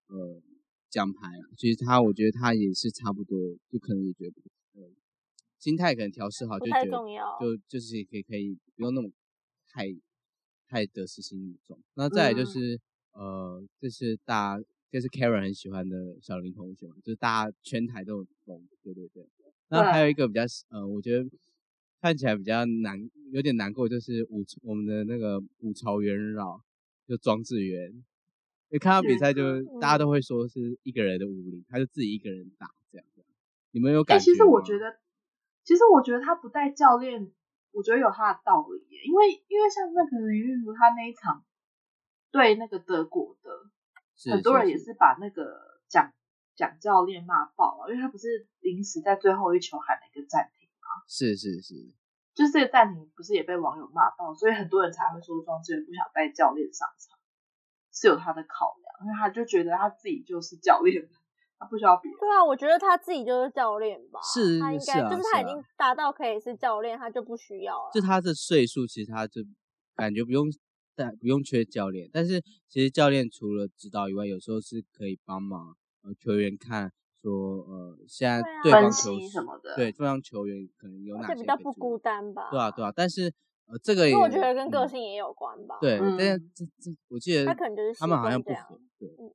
Speaker 3: 呃奖牌啊，其实他我觉得他也是差不多，就可能也觉得呃心态可能调试好，
Speaker 1: 不
Speaker 3: 就觉
Speaker 1: 太
Speaker 3: 得
Speaker 1: 重要。
Speaker 3: 就就是可以可以不用那么太太得失心那么重。那再来就
Speaker 2: 嗯
Speaker 3: 是、呃，这是大家这是 Karen 很喜欢的小林同学嘛，就是大家全台都有懂，对对对。那还有一个比较呃，我觉得看起来比较难，有点难过，就是五我们的那个五朝元老，就庄智渊。你看到比
Speaker 2: 是
Speaker 3: 赛就大家
Speaker 1: 嗯
Speaker 3: 都会说是一个人的武林，他就自己一个人打这样子。啊你们有
Speaker 2: 哎、
Speaker 3: 感觉吗？
Speaker 2: 其实我觉得，其实我觉得他不带教练，我觉得有他的道理耶，因为因为像那个林韵如他那一场对那个德国的，
Speaker 3: 是
Speaker 2: 很多人也
Speaker 3: 是
Speaker 2: 是把那个蒋蒋教练骂爆啊了，因为他不是临时在最后一球喊了一个暂停，
Speaker 3: 是是是，
Speaker 2: 就是这个暂停不是也被网友骂爆，所以很多人才会说庄智渊不想带教练上场，是有他的考量，因为他就觉得他自己就是教练，他不需要别人。
Speaker 1: 对啊，我觉得他自己就是教练吧，
Speaker 3: 是
Speaker 1: 他应
Speaker 3: 是
Speaker 1: 该、
Speaker 3: 啊
Speaker 1: 就是
Speaker 3: 是
Speaker 1: 他
Speaker 3: 啊
Speaker 1: 已经达到可以是教练，他就不需要了。
Speaker 3: 就他的岁数，其实他就感觉不用但不用缺教练，但是其实教练除了指导以外，有时候是可以帮忙呃球员看说呃现在
Speaker 1: 对啊
Speaker 3: 对
Speaker 2: 分
Speaker 3: 方球
Speaker 2: 析什
Speaker 3: 是
Speaker 2: 么的，
Speaker 3: 对，对方球员可能有
Speaker 1: 而
Speaker 3: 哪
Speaker 1: 且
Speaker 3: 些
Speaker 1: 比较
Speaker 3: 可以
Speaker 1: 不
Speaker 3: 注意
Speaker 1: 孤，单吧？
Speaker 3: 对啊对啊，但是呃这个也
Speaker 1: 因为我觉得跟个
Speaker 3: 嗯
Speaker 1: 性也有关吧。，
Speaker 3: 对，但是
Speaker 2: 嗯
Speaker 3: 这这我记得
Speaker 1: 他可能就是
Speaker 3: 他
Speaker 1: 习
Speaker 3: 们好
Speaker 1: 惯
Speaker 3: 像
Speaker 1: 这
Speaker 3: 不
Speaker 1: 样
Speaker 3: 合，对
Speaker 1: 嗯，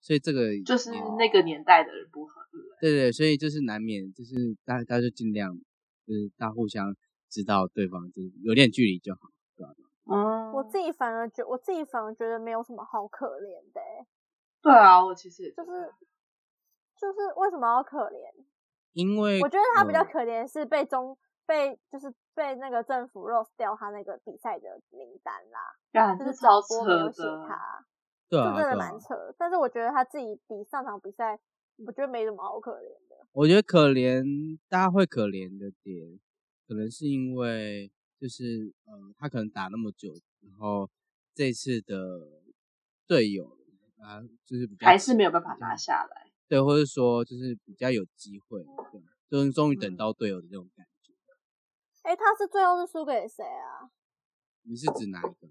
Speaker 3: 所以这个也
Speaker 2: 就是那个年代的人不合，对不对？
Speaker 3: 对对，所以就是难免，就是大大家就尽量，就是大家互相知道对方，就是有点距离就好。
Speaker 2: 嗯
Speaker 1: 我自己反而觉，我自己反而觉得没有什么好可怜的欸、
Speaker 2: 对啊，我其实也觉
Speaker 1: 就
Speaker 2: 得
Speaker 1: 是就是为什么要可怜？
Speaker 3: 因为
Speaker 1: 我觉得他比较
Speaker 3: 呃
Speaker 1: 可怜是被中被就是被那个政府 rose 掉他那个比赛的名单啦，
Speaker 2: 干
Speaker 1: 就
Speaker 2: 这
Speaker 1: 是
Speaker 2: 超
Speaker 1: 导
Speaker 2: 扯
Speaker 1: 播没有写
Speaker 2: 的，
Speaker 1: 他，
Speaker 3: 对
Speaker 1: 这
Speaker 3: 啊，
Speaker 1: 真的
Speaker 3: 对啊
Speaker 1: 蛮扯的。但是我觉得他自己比上场比赛，我觉得没什么好可怜的。
Speaker 3: 我觉得可怜，大家会可怜的点，可能是因为就是呃，他可能打那么久，然后这次的队友啊，就是比较
Speaker 2: 还是
Speaker 3: 起
Speaker 2: 没有办法拿下来。
Speaker 3: 对，或者说就是比较有机会，对，就是终于等
Speaker 2: 嗯
Speaker 3: 到队友的那种感觉。
Speaker 1: 哎，他是最后是输给谁啊？
Speaker 3: 你是指哪一个？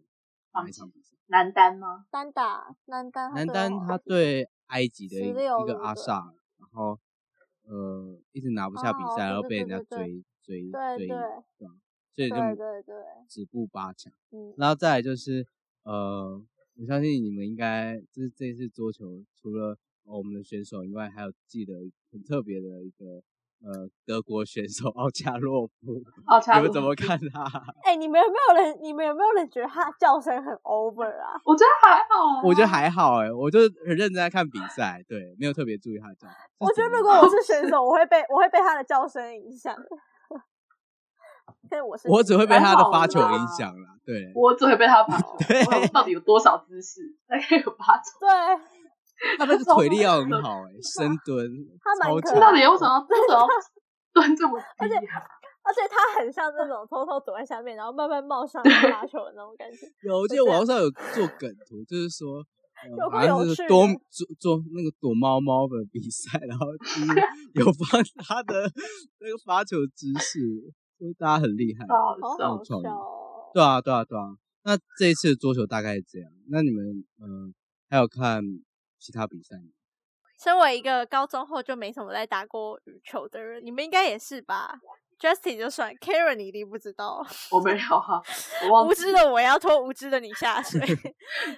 Speaker 3: 哪一场比赛？
Speaker 2: 男单吗？
Speaker 1: 单打男单，
Speaker 3: 男单他
Speaker 1: 对
Speaker 3: 对埃及的一
Speaker 1: 16
Speaker 3: 一个阿
Speaker 1: 对不对
Speaker 3: 萨尔，然后呃一直拿不下比
Speaker 1: 哦
Speaker 3: 赛，然
Speaker 1: 对
Speaker 3: 后
Speaker 1: 对
Speaker 3: 被人
Speaker 1: 对
Speaker 3: 家
Speaker 1: 对对
Speaker 3: 追追
Speaker 1: 对
Speaker 3: 追
Speaker 1: 对
Speaker 3: 赢，对吧？所以就
Speaker 1: 对对对，
Speaker 3: 止步八强。
Speaker 1: 嗯，
Speaker 3: 然后再来就是呃，我相信你们应该就是这次桌球除了呃我们的选手以外，还有记得很特别的一个呃德国选手奥恰洛夫，你
Speaker 2: 哦，差不
Speaker 3: 们
Speaker 2: 多
Speaker 3: 怎么？看他？
Speaker 1: 哎，你们有没有人？你们有没有人觉得他叫声很 over 啊？
Speaker 2: 我觉得还好啊，
Speaker 3: 我觉得还好哎、我就很认真在看比赛，对，没有特别注意他的状态。
Speaker 1: 我觉得如
Speaker 3: 如
Speaker 1: 果
Speaker 3: 果
Speaker 1: 我是选手，我会被我会被他的叫声影响。 但是我是
Speaker 3: 我只会被
Speaker 2: 还
Speaker 3: 他的
Speaker 2: 好
Speaker 3: 发球
Speaker 2: 啦
Speaker 3: 影响啦。 对，
Speaker 2: 我只会被他跑。
Speaker 3: 对
Speaker 2: 我想到底有多少姿势？大概有八种。
Speaker 1: 对
Speaker 3: 他那个
Speaker 2: 超
Speaker 3: 腿力
Speaker 2: 可
Speaker 3: 要很
Speaker 2: 怕
Speaker 3: 好哎、深蹲，
Speaker 1: 他蛮
Speaker 3: 超
Speaker 1: 可
Speaker 3: 强
Speaker 2: 这到底为什么？为什么蹲这么
Speaker 1: 而且
Speaker 2: 低啊？
Speaker 1: 而且他很像那种偷偷躲在下面，然后慢慢冒上来发球的那种感 觉。
Speaker 3: 有，我记
Speaker 1: 会
Speaker 3: 得
Speaker 1: 这样
Speaker 3: 网上有做梗图，就是说。呃
Speaker 1: 有
Speaker 3: 好
Speaker 1: 够
Speaker 3: 像
Speaker 1: 有
Speaker 3: 是
Speaker 1: 趣
Speaker 3: 躲
Speaker 1: 的
Speaker 3: 做做那个躲猫猫的比赛，然后 就是有放他的那个发球姿势，就是大家很厉害。
Speaker 2: 好
Speaker 1: 好
Speaker 2: 笑
Speaker 1: 好
Speaker 3: 创意
Speaker 1: 笑哦！
Speaker 3: 对啊，对啊，对啊。那这一次的桌球大概是这样。那你们嗯、呃还有看其他比赛吗？
Speaker 1: 身为一个高中后就没什么在打过羽球的人，你们应该也是吧？ Justin 就算，Karen 你一定不知 道。
Speaker 2: 我没有啊，我忘
Speaker 1: 无
Speaker 2: 记
Speaker 1: 知的我要拖无知的你 下水。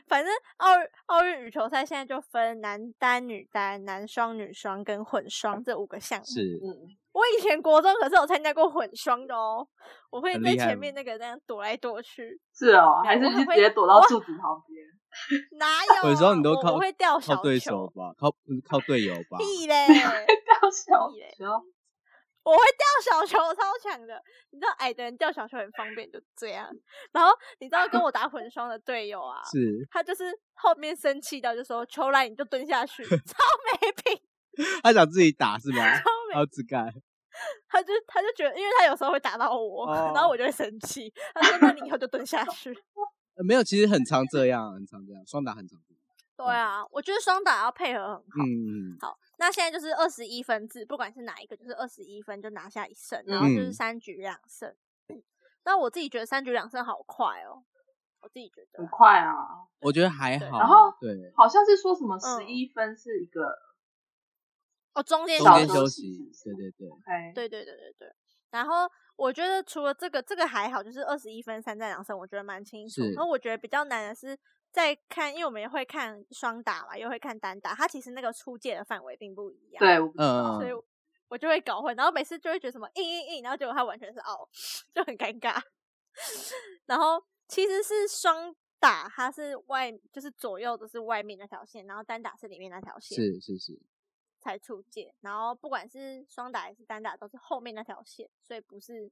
Speaker 1: 反正奥奥运羽球赛现在就分男单、女单、男双、女双跟混双这五个项目。
Speaker 3: 是
Speaker 2: 嗯，
Speaker 1: 我以前国中可是有参加过混双的哦，我会
Speaker 3: 很
Speaker 1: 在
Speaker 3: 厉害
Speaker 1: 前
Speaker 3: 吗
Speaker 1: 面那个那样躲来躲去，
Speaker 2: 是哦，
Speaker 1: 没有
Speaker 2: 还是
Speaker 1: 我
Speaker 2: 你
Speaker 1: 很
Speaker 2: 就
Speaker 1: 会
Speaker 2: 直接躲到柱子旁边？
Speaker 1: 哪有？
Speaker 3: 混双你都
Speaker 1: 我
Speaker 3: 靠
Speaker 1: 我会掉小
Speaker 3: 靠对
Speaker 1: 球，
Speaker 3: 手吧，靠不是靠队友吧？
Speaker 1: 屁嘞！
Speaker 2: 掉小
Speaker 1: 屁嘞
Speaker 2: 球，
Speaker 1: 我会掉小球，超强的。你知道矮的人掉小球很方便，就这样。然后你知道跟我打混双的队友啊，
Speaker 3: 是，
Speaker 1: 他就是后面生气到就说：“球来你就蹲下 去，超没品，
Speaker 3: 他想自己打是吗？
Speaker 1: 超没
Speaker 3: 他自干，
Speaker 1: 他就他就觉得，因为他有时候会打到我，
Speaker 3: 哦
Speaker 1: 然后我就会生气。他说：“那你以后就蹲下去。
Speaker 3: 呃没有，其实很常这样，很常这样，双打很常这样。”
Speaker 1: 对啊，我觉得双打要配合很好。
Speaker 3: 嗯，嗯
Speaker 1: 好，那现在就是二十一分制，不管是哪一个，就是二十一分就拿下一胜，然后就是
Speaker 3: 嗯
Speaker 1: 三局两胜。 那我自己觉得三局两胜好快哦，我自己觉得
Speaker 2: 很
Speaker 3: 嗯
Speaker 2: 快啊，
Speaker 3: 我觉得还
Speaker 1: 对
Speaker 3: 好。
Speaker 2: 然后
Speaker 3: 对，
Speaker 2: 好像是说什么
Speaker 1: 嗯
Speaker 2: 十一分是一个
Speaker 1: 哦，中间
Speaker 3: 中
Speaker 1: 有
Speaker 3: 间
Speaker 1: 休
Speaker 3: 休
Speaker 1: 息
Speaker 3: 息，对对对，
Speaker 2: OK，
Speaker 1: 对对对对对。然后我觉得除了这个，这个还好，就是二十一分三战两胜，我觉得蛮清楚。
Speaker 3: 是
Speaker 1: 然后我觉得比较难的是在看，因为我们也会看双打嘛，又会看单打，它其实那个出界的范围并不一样，
Speaker 2: 对，我不知道
Speaker 3: 嗯
Speaker 1: 所以
Speaker 3: 嗯，
Speaker 1: 我我就会搞混，然后每次就会觉得什么硬硬硬，然后结果它完全是 out，就很尴尬。 然后其实是双打，它是外就是左右都是外面那条线，然后单打是里面那条线。
Speaker 3: 是是是，
Speaker 1: 才出界，然后不管是双打还是单打，都是后面那条线，所以不是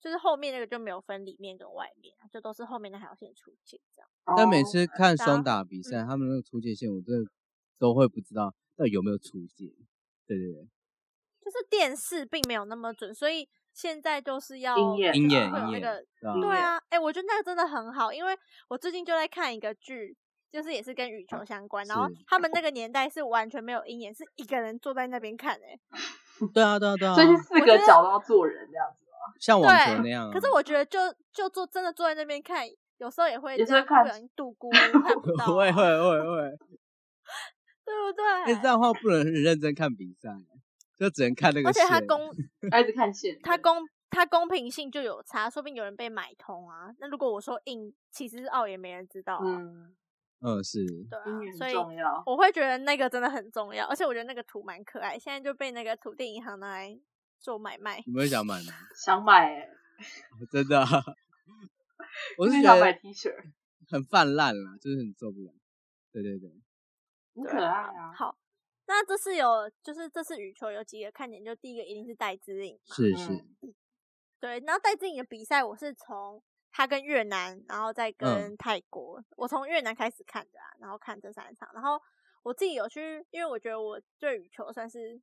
Speaker 1: 就是后面那个就没有分里面跟外面，啊就都是后面那条线出界这样。
Speaker 3: 但
Speaker 2: 哦
Speaker 3: 每次看
Speaker 1: 打
Speaker 3: 双打比
Speaker 1: 嗯
Speaker 3: 赛，他们那个出界线，我真的都会不知道到底有没有出界。对对 对，
Speaker 1: 就是电视并没有那么准，所以现在就是要
Speaker 2: 鹰眼
Speaker 1: 就是
Speaker 3: 鹰眼
Speaker 1: 会有
Speaker 3: 鹰
Speaker 1: 那
Speaker 3: 眼
Speaker 1: 个
Speaker 3: 对啊
Speaker 2: 鹰
Speaker 1: 对
Speaker 2: 眼
Speaker 1: 啊，哎、我觉得那个真的很好，因为我最近就在看一个剧，就是也是跟
Speaker 2: 啊
Speaker 1: 羽球相关，然后
Speaker 3: 是
Speaker 1: 他们
Speaker 2: 哦
Speaker 1: 那个年代是完全没有鹰眼，是一个人坐在那边看哎、
Speaker 3: 对啊对啊对啊
Speaker 2: 所，以是四
Speaker 1: 我
Speaker 2: 个
Speaker 1: 觉得
Speaker 2: 角都要做人这样子，
Speaker 3: 像网球
Speaker 1: 对
Speaker 3: 那样啊。
Speaker 1: 可
Speaker 2: 嗯
Speaker 1: 是我觉得就就坐真的坐在那边看，有时候也会
Speaker 2: 也
Speaker 1: 这
Speaker 2: 是会
Speaker 1: 样
Speaker 2: 看
Speaker 1: 不小心 度孤看不到、
Speaker 3: 会会
Speaker 1: 啊，
Speaker 3: 会会，
Speaker 1: 对不对？
Speaker 3: 哎，这样的话不能很认真看比赛，就只能看那个
Speaker 1: 而且它
Speaker 3: 线
Speaker 1: 公
Speaker 2: 要一直看线。
Speaker 1: 它
Speaker 2: 对
Speaker 1: 公它公平性就有差，说不定有人被买通啊。那如果我说硬，其实是奥也没人知道、啊，
Speaker 2: 嗯，
Speaker 3: 嗯是，
Speaker 1: 对
Speaker 2: 英语
Speaker 1: 啊，所
Speaker 2: 很
Speaker 1: 以
Speaker 2: 重要。
Speaker 1: 我会觉得那个真的很重要，而且我觉得那个图蛮可爱，现在就被那个土地银行拿来做买卖。
Speaker 3: 你们想买吗？
Speaker 2: 想买、欸，
Speaker 3: 真的， 我
Speaker 2: 就是是
Speaker 3: 觉
Speaker 2: 想买
Speaker 3: 得
Speaker 2: T 恤，
Speaker 3: 很泛滥啦，就是很受不了。对对
Speaker 1: 嗯
Speaker 3: 对，
Speaker 2: 很
Speaker 1: 对
Speaker 2: 可爱
Speaker 1: 啊
Speaker 2: 啊。
Speaker 1: 好，那这次有就是这次羽球有几个看点，就第一个一定是戴资颖嘛，
Speaker 3: 是
Speaker 2: 嗯，
Speaker 1: 对，然后戴资颖的比赛我是从他跟越南，然后再跟泰国，我从越南开始看的啊，然后看这三场，然后我自己有去，因为我觉得我对羽球算是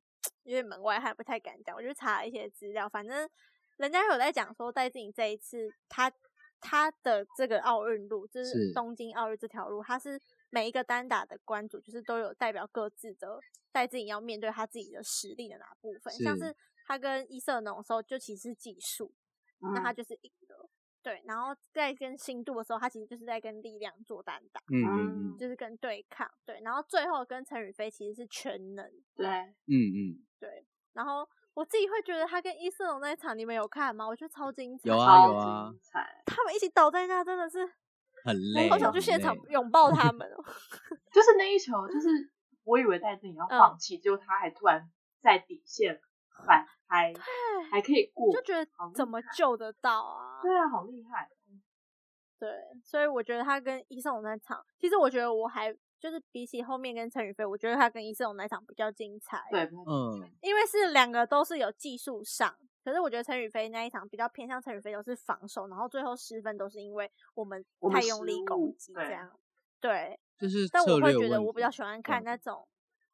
Speaker 1: 有点门外汉，不太敢讲，我就查了一些资料，反正人家有在讲说戴资颖这一次他他的这个奥运路，就是
Speaker 3: 是
Speaker 1: 东京奥运这条路，他是每一个单打的关主就是都有代表各自的戴资颖要面对他自己的实力的哪部分，像
Speaker 3: 是
Speaker 1: 是他跟伊瑟农的时候就其实是技术，那他
Speaker 2: 嗯，
Speaker 1: 就是赢了。对，然后在跟新度的时候，他其实就是在跟力量做单打，
Speaker 3: 嗯嗯
Speaker 1: 就是跟对抗。对，然后最后跟陈宇飞其实是全能。
Speaker 2: 对，
Speaker 3: 嗯嗯，
Speaker 1: 然后我自己会觉得他跟伊瑟龙那一场，你们有看吗？我觉得超精彩，
Speaker 3: 有啊
Speaker 2: 超
Speaker 3: 啊
Speaker 2: 精彩，
Speaker 1: 他们一起倒在那，真的是
Speaker 3: 很累，啊
Speaker 1: 好想
Speaker 3: 很
Speaker 1: 去现场
Speaker 3: 累
Speaker 1: 拥抱他们 哦。
Speaker 2: 就是那一球，就是我以为戴志颖要放
Speaker 1: 嗯
Speaker 2: 弃，结果他还突然在底线反拍，还可以过，
Speaker 1: 就觉得
Speaker 2: 好厉
Speaker 1: 怎么
Speaker 2: 害
Speaker 1: 救得到啊？
Speaker 2: 对啊，好厉害，
Speaker 1: 对，所以我觉得他跟伊瑟龙那场，其实我觉得我还就是比起后面跟陈宇飞，我觉得他跟伊瑟龙那场比较精彩。
Speaker 2: 对，
Speaker 3: 嗯，
Speaker 1: 因为是两个都是有技术上，可是我觉得陈宇飞那一场比较偏向陈宇飞都是防守，然后最后失分都是因为我们
Speaker 2: 我们
Speaker 1: 太用力
Speaker 2: 失误
Speaker 1: 攻击
Speaker 2: 对
Speaker 1: 这样。对，
Speaker 3: 就是
Speaker 1: 但
Speaker 3: 策
Speaker 1: 我会
Speaker 3: 略
Speaker 1: 觉得
Speaker 3: 问
Speaker 1: 我比
Speaker 3: 题
Speaker 1: 较喜欢看
Speaker 3: 嗯
Speaker 1: 那种，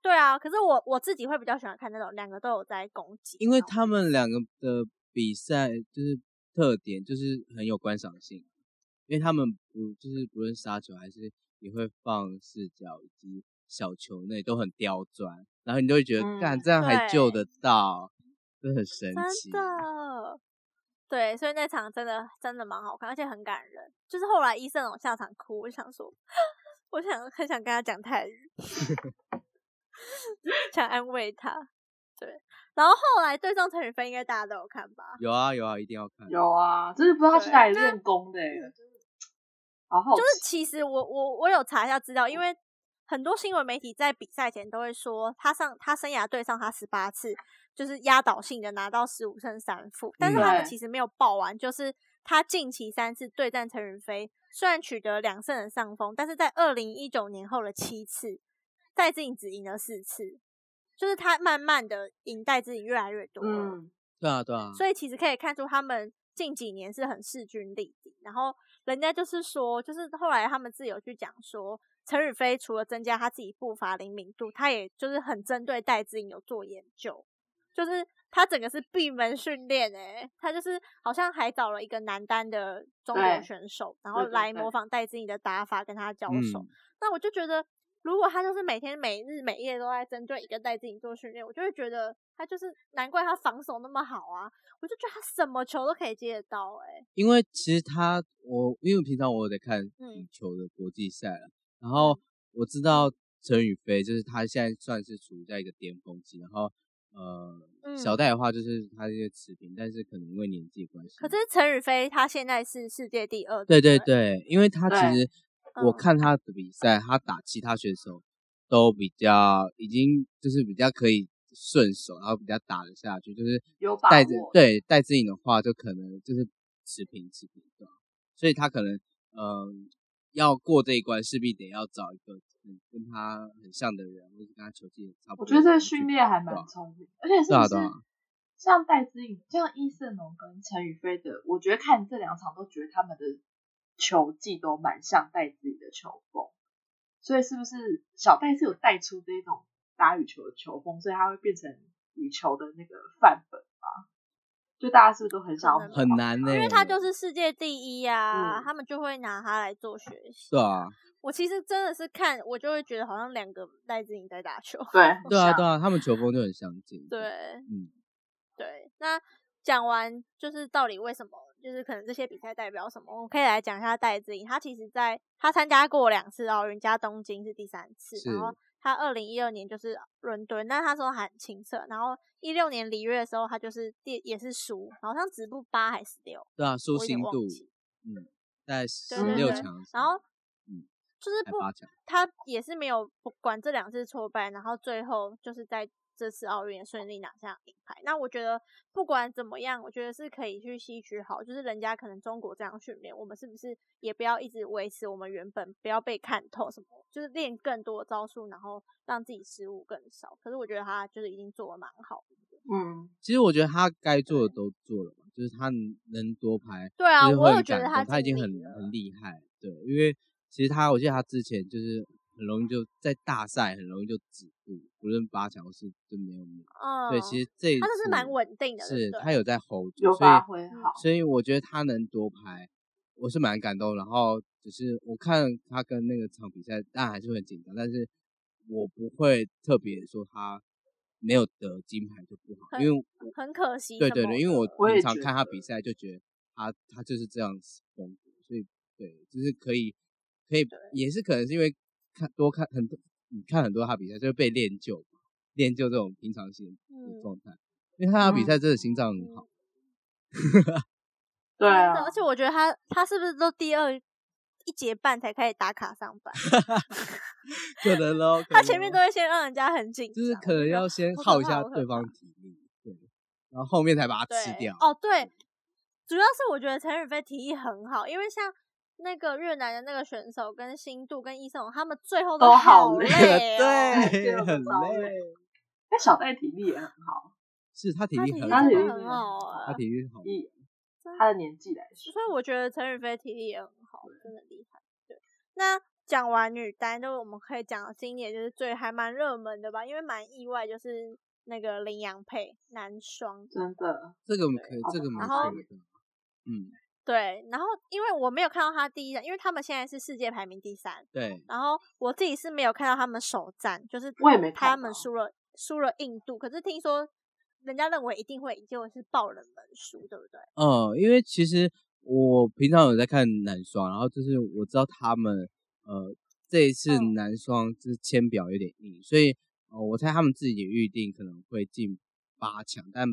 Speaker 1: 对啊，可是我我自己会比较喜欢看那种两个都有在攻击，
Speaker 3: 因为
Speaker 1: 然后
Speaker 3: 他们两个的比赛就是特点就是很有观赏性，因为他们不就是不论杀球还是也会放视角以及小球内都很刁钻，然后你就会觉得，干、
Speaker 2: 嗯
Speaker 3: 这样还救
Speaker 1: 对
Speaker 3: 得到，真的很神奇
Speaker 1: 真。的。对，所以那场真的真的蛮好看，而且很感人。就是后来医生我下场哭，我想说， 我 想很想跟他讲泰语，想安慰他。然后后来对上陈宇飞，应该大家都有看吧？
Speaker 3: 有啊有啊，一定要看。
Speaker 2: 有啊，真是不知道他去哪里
Speaker 1: 啊
Speaker 2: 练功的、欸，好好奇
Speaker 1: 就是其实我我我有查一下资料，因为很多新闻媒体在比赛前都会说，他上他生涯对上他十八次，就是压倒性的拿到十五胜三负，但是他们
Speaker 2: 对
Speaker 1: 其实没有报完，就是他近期三次对战陈云飞，虽然取得两胜的上风，但是在二零一九年后的七次，戴志颖只赢了四次，就是他慢慢的赢戴志颖越来越多了。
Speaker 2: 嗯，
Speaker 3: 对啊对啊，
Speaker 1: 所以其实可以看出他们近几年是很势均力敌。然后人家就是说，就是后来他们自己有去讲说，陈宇飞除了增加他自己步伐灵敏度，他也就是很针对戴资颖有做研究，就是他整个是闭门训练诶，他就是好像还找了一个男单的中国
Speaker 2: 对
Speaker 1: 选手，然后
Speaker 2: 对对
Speaker 1: 来
Speaker 2: 对
Speaker 1: 模仿戴资颖的打法跟他交手。
Speaker 3: 嗯，
Speaker 1: 那我就觉得，如果他就是每天每日每夜都在针对一个戴资颖做训练，我就会觉得他就是难怪他防守那么好啊！我就觉得他什么球都可以接得到、欸，哎，
Speaker 3: 因为其实他我因为平常我有在看
Speaker 1: 嗯
Speaker 3: 羽球的国际赛了，然后我知道陈宇飞就是他现在算是处在一个巅峰期，然后呃小
Speaker 1: 嗯
Speaker 3: 戴的话就是他这些持平，但是可能因为年纪的关系，
Speaker 1: 可是陈宇飞他现在是世界第二，
Speaker 3: 对
Speaker 1: 对
Speaker 3: 对
Speaker 1: 不，
Speaker 3: 对，因为他其
Speaker 2: 对
Speaker 3: 实我
Speaker 1: 嗯
Speaker 3: 看他的比赛，他打其他选手都比较已经就是比较可以顺手，然后比较打得下去，就是
Speaker 2: 有把
Speaker 3: 戴志
Speaker 2: 握
Speaker 3: 对戴志颖的话，就可能就是持平持平对吧啊所以他可能嗯、呃要过这一关，势必得要找一个嗯跟他很像的人，或者跟他球技差
Speaker 2: 我
Speaker 3: 不多的
Speaker 2: 觉得
Speaker 3: 人
Speaker 2: 这
Speaker 3: 去比。
Speaker 2: 个训练还蛮
Speaker 3: 对啊
Speaker 2: 聪明，而且是
Speaker 3: 对
Speaker 2: 不
Speaker 3: 啊
Speaker 2: 是
Speaker 3: 对啊
Speaker 2: 像戴资颖、像伊森龙跟陈宇飞的，我觉得看这两场都觉得他们的球技都蛮像戴资颖的球风，所以是不是小戴是有带出这种打羽球的球风，所以他会变成羽球的那个范本吧？就大家是不是都很想要
Speaker 1: 可能吧
Speaker 3: 很难呢、
Speaker 1: 因为他就是世界第一呀、啊，
Speaker 2: 嗯
Speaker 1: 他们就会拿他来做学习。
Speaker 3: 对啊
Speaker 1: 我其实真的是看，我就会觉得好像两个戴资颖在打球。
Speaker 2: 对很
Speaker 3: 对啊
Speaker 2: 像
Speaker 3: 对啊，他们球风就很相近。
Speaker 1: 对，
Speaker 3: 嗯，
Speaker 1: 对，那讲完就是到底为什么，就是可能这些比赛代表什么，我们可以来讲一下戴资颖。她其实在她参加过两次奥运，加东京是第三次，然后
Speaker 3: 是
Speaker 1: 她二零一二年就是伦敦，那她说很青涩，然后一六年里约的时候，她就是第也是输，好像止步八还是六，
Speaker 3: 对啊，舒
Speaker 1: 我有点
Speaker 3: 心
Speaker 1: 忘
Speaker 3: 度
Speaker 1: 记
Speaker 3: 嗯在十
Speaker 1: 对
Speaker 3: 六
Speaker 1: 对
Speaker 3: 强的时候，
Speaker 1: 然后
Speaker 3: 嗯
Speaker 1: 就是
Speaker 3: 还
Speaker 1: 不
Speaker 3: 八强。
Speaker 1: 他也是没有不管这两次挫败，然后最后就是在这次奥运也顺利拿下银牌。那我觉得不管怎么样，我觉得是可以去吸取好，就是人家可能中国这样训练，我们是不是也不要一直维持我们原本不要被看透什么，就是练更多的招数，然后让自己失误更少。可是我觉得他就是已经做的蛮好的。
Speaker 2: 嗯，
Speaker 3: 其实我觉得他该做的都做了嘛，就是他能夺牌，
Speaker 1: 对啊，
Speaker 3: 就是
Speaker 1: 我
Speaker 3: 会
Speaker 1: 有
Speaker 3: 很
Speaker 1: 觉得
Speaker 3: 感动他已
Speaker 1: 尽
Speaker 3: 经
Speaker 1: 力
Speaker 3: 很
Speaker 1: 了
Speaker 3: 很厉害，对，因为其实他我记得他之前就是很容易就在大赛很容易就止步，无论八强或是就没有秒。
Speaker 1: 嗯，
Speaker 3: 对，其实这一
Speaker 1: 他就是蛮
Speaker 3: 次
Speaker 1: 稳定的，对
Speaker 3: 是
Speaker 1: 不对
Speaker 3: 他有在 hold 住，
Speaker 2: 有
Speaker 3: 所以
Speaker 2: 发挥好，
Speaker 1: 嗯
Speaker 3: 所以我觉得他能夺牌，我是蛮感动。然后只是我看他跟那个场比赛，当然还是会很紧张，但是我不会特别说他没有得金牌就不好，
Speaker 1: 很
Speaker 3: 因为我
Speaker 1: 很可惜什
Speaker 3: 对
Speaker 1: 么的。
Speaker 3: 对对，因为我
Speaker 2: 我
Speaker 3: 平
Speaker 2: 也
Speaker 3: 常
Speaker 2: 觉
Speaker 3: 看他
Speaker 2: 得
Speaker 3: 比赛就觉得他他就是这样子风格，所以对，就是可以可以也是可能是因为看多看很多你看很多他比赛就会被练就吧练就这种平常心的
Speaker 1: 嗯
Speaker 3: 状态，因为看他比
Speaker 2: 嗯
Speaker 3: 赛真的心脏很好，
Speaker 2: 对
Speaker 1: 真
Speaker 2: 啊
Speaker 1: 的，，而且我觉得他他是不是都第二一节半才开始打卡上班？
Speaker 3: 可能咯，可
Speaker 1: 他
Speaker 3: 能
Speaker 1: 前面
Speaker 3: 咯
Speaker 1: 都会先让人家很紧张，
Speaker 3: 就是可能要先
Speaker 1: 好可
Speaker 3: 耗一
Speaker 1: 怕
Speaker 3: 下
Speaker 1: 好可
Speaker 3: 对方体力，对，然后后面才把它
Speaker 1: 对
Speaker 3: 吃掉。
Speaker 1: 哦，对，主要是我觉得陈宇飞提议很好，因为像。那个越南的那个选手跟新度跟伊胜龙，他们最后
Speaker 2: 都好
Speaker 1: 好
Speaker 2: 累
Speaker 1: 累哦，
Speaker 3: 对
Speaker 2: 这，个
Speaker 3: 很
Speaker 2: 不好
Speaker 1: 欸
Speaker 3: 累。
Speaker 2: 但小戴体力也很好，
Speaker 3: 是他体
Speaker 1: 哦他
Speaker 3: 力
Speaker 1: 体力
Speaker 3: 很
Speaker 2: 他
Speaker 1: 真
Speaker 3: 好
Speaker 2: 体，
Speaker 1: 的
Speaker 2: 力
Speaker 1: 很
Speaker 2: 真的很
Speaker 1: 好
Speaker 2: 好
Speaker 1: 啊，
Speaker 3: 他体力好，
Speaker 2: 以
Speaker 1: 真
Speaker 2: 啊他的年纪来说
Speaker 1: 所，以我觉得陈宇飞体力也很好，
Speaker 3: 嗯
Speaker 1: 真的厉害。对，那讲完女单，就是我们可以讲到今年就是最还蛮热门的吧，因为蛮意外，就是那个林洋配男双。
Speaker 2: 真的
Speaker 3: 这个我们可以
Speaker 2: 好，
Speaker 3: 这个我
Speaker 1: 哦然
Speaker 3: 们
Speaker 1: 后
Speaker 3: 可以的。嗯，
Speaker 1: 对，然后因为我没有看到他第一站，因为他们现在是世界排名第三，
Speaker 3: 对，
Speaker 1: 然后我自己是没有看到他们首战，就是
Speaker 2: 我也没看
Speaker 1: 他们
Speaker 2: 到
Speaker 1: 输了输了印度，可是听说人家认为一定会赢，结果是爆冷门输，对不对？
Speaker 3: 嗯，因为其实我平常有在看男双，然后就是我知道他们呃这一次
Speaker 1: 嗯
Speaker 3: 男双就是签表有点硬，所以哦，我猜他们自己预定可能会进八强，但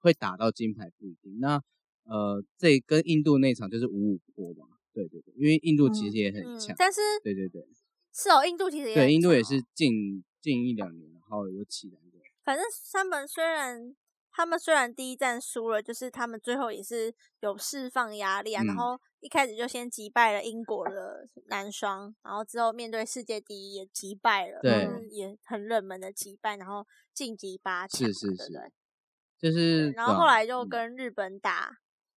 Speaker 3: 会打到金牌不一定。那呃，这跟印度那场就是五五破吧？对对对，因为印度其实也很
Speaker 1: 嗯
Speaker 3: 强，，
Speaker 1: 但是
Speaker 3: 对对对
Speaker 1: 是哦，印度其实也
Speaker 3: 对，印度也
Speaker 1: 很强
Speaker 3: 是
Speaker 1: 哦。
Speaker 3: 近近一两年，然后有起来的。
Speaker 1: 反正他们虽然他们虽然第一站输了，就是他们最后也是有释放压力啊，然
Speaker 3: 嗯
Speaker 1: 后一开始就先击败了英国的男双，然后之后面对世界第一也击败了，
Speaker 3: 对
Speaker 1: 就是也很冷门的击败，然后晋级八强嘛，
Speaker 3: 是是
Speaker 1: 对不
Speaker 3: 是
Speaker 1: 对
Speaker 3: 就是
Speaker 1: 对然后
Speaker 3: 对啊
Speaker 1: 后来就
Speaker 3: 嗯
Speaker 1: 跟日本打，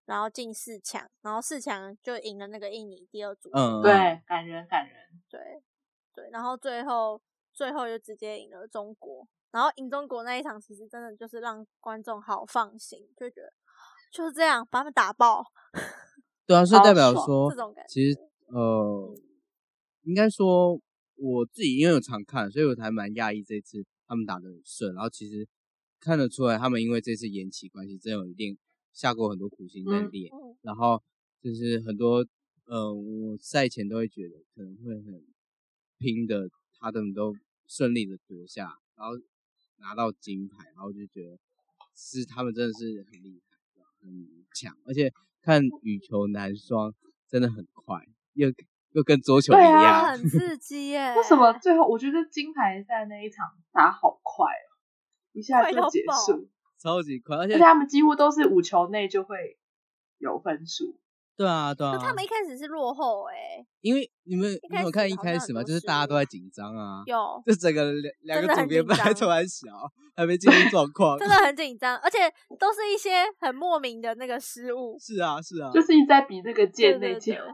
Speaker 1: 然后进四强，然后四强就赢了那个印尼第二组，
Speaker 3: 嗯
Speaker 2: 对，感人感人。
Speaker 1: 对对，然后最后最后就直接赢了中国，然后赢中国那一场其实真的就是让观众好放心，就觉得就是这样把他们打爆
Speaker 3: 对啊，所以代
Speaker 2: 超
Speaker 3: 表
Speaker 2: 爽
Speaker 3: 说
Speaker 1: 这种感觉。
Speaker 3: 其实呃，应该说我自己因为有常看，所以我才蛮讶异这次他们打的很顺。然后其实看得出来，他们因为这次延期关系，真的有一定下过很多苦心在
Speaker 2: 嗯
Speaker 3: 练。
Speaker 1: 嗯，
Speaker 3: 然后就是很多呃，我赛前都会觉得可能会很拼的，他们都顺利的夺下，然后拿到金牌，然后就觉得是他们真的是很厉害，很强，而且看羽球男双真的很快，又又跟桌球一
Speaker 2: 对
Speaker 1: 真的
Speaker 3: 样，
Speaker 1: 啊很刺激耶！
Speaker 2: 为什么最后我觉得金牌赛那一场打好快哦，一下
Speaker 1: 快
Speaker 2: 就
Speaker 1: 到
Speaker 2: 结
Speaker 1: 爆
Speaker 2: 束，
Speaker 3: 超级快，而
Speaker 2: 而
Speaker 3: 且
Speaker 2: 且
Speaker 1: 啊
Speaker 2: 他们几乎都是五球内就会有分数。
Speaker 3: 对啊对啊
Speaker 1: 就，他们一开始是落后哎，
Speaker 3: 因为你们你
Speaker 1: 开
Speaker 3: 们有
Speaker 1: 始
Speaker 3: 看一
Speaker 1: 好像
Speaker 3: 开
Speaker 1: 很
Speaker 3: 始嘛，
Speaker 1: 多
Speaker 3: 就是
Speaker 1: 失
Speaker 3: 大家都
Speaker 1: 误
Speaker 3: 在紧张啊，
Speaker 1: 有
Speaker 3: 就整个两
Speaker 1: 真的
Speaker 3: 两个主
Speaker 1: 很
Speaker 3: 编
Speaker 1: 紧
Speaker 3: 本来
Speaker 1: 张
Speaker 3: 突然小，还没进入状况，
Speaker 1: 真的很紧张，而且都是一些很莫名的那个失误。
Speaker 3: 是啊，是啊，
Speaker 2: 就是一直在比这个界
Speaker 1: 嗯对
Speaker 2: 内
Speaker 1: 对
Speaker 2: 界
Speaker 1: 对
Speaker 2: 外，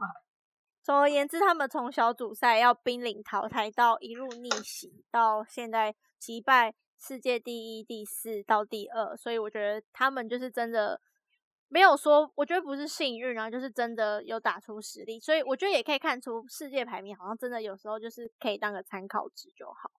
Speaker 1: 总而言之，他们从小组赛要濒临淘汰，到一路逆袭，到现在击败世界第一、第四到第二，所以我觉得他们就是真的没有说，我觉得不是幸运啊，就是真的有打出实力，所以我觉得也可以看出世界排名好像真的有时候就是可以当个参考值就好。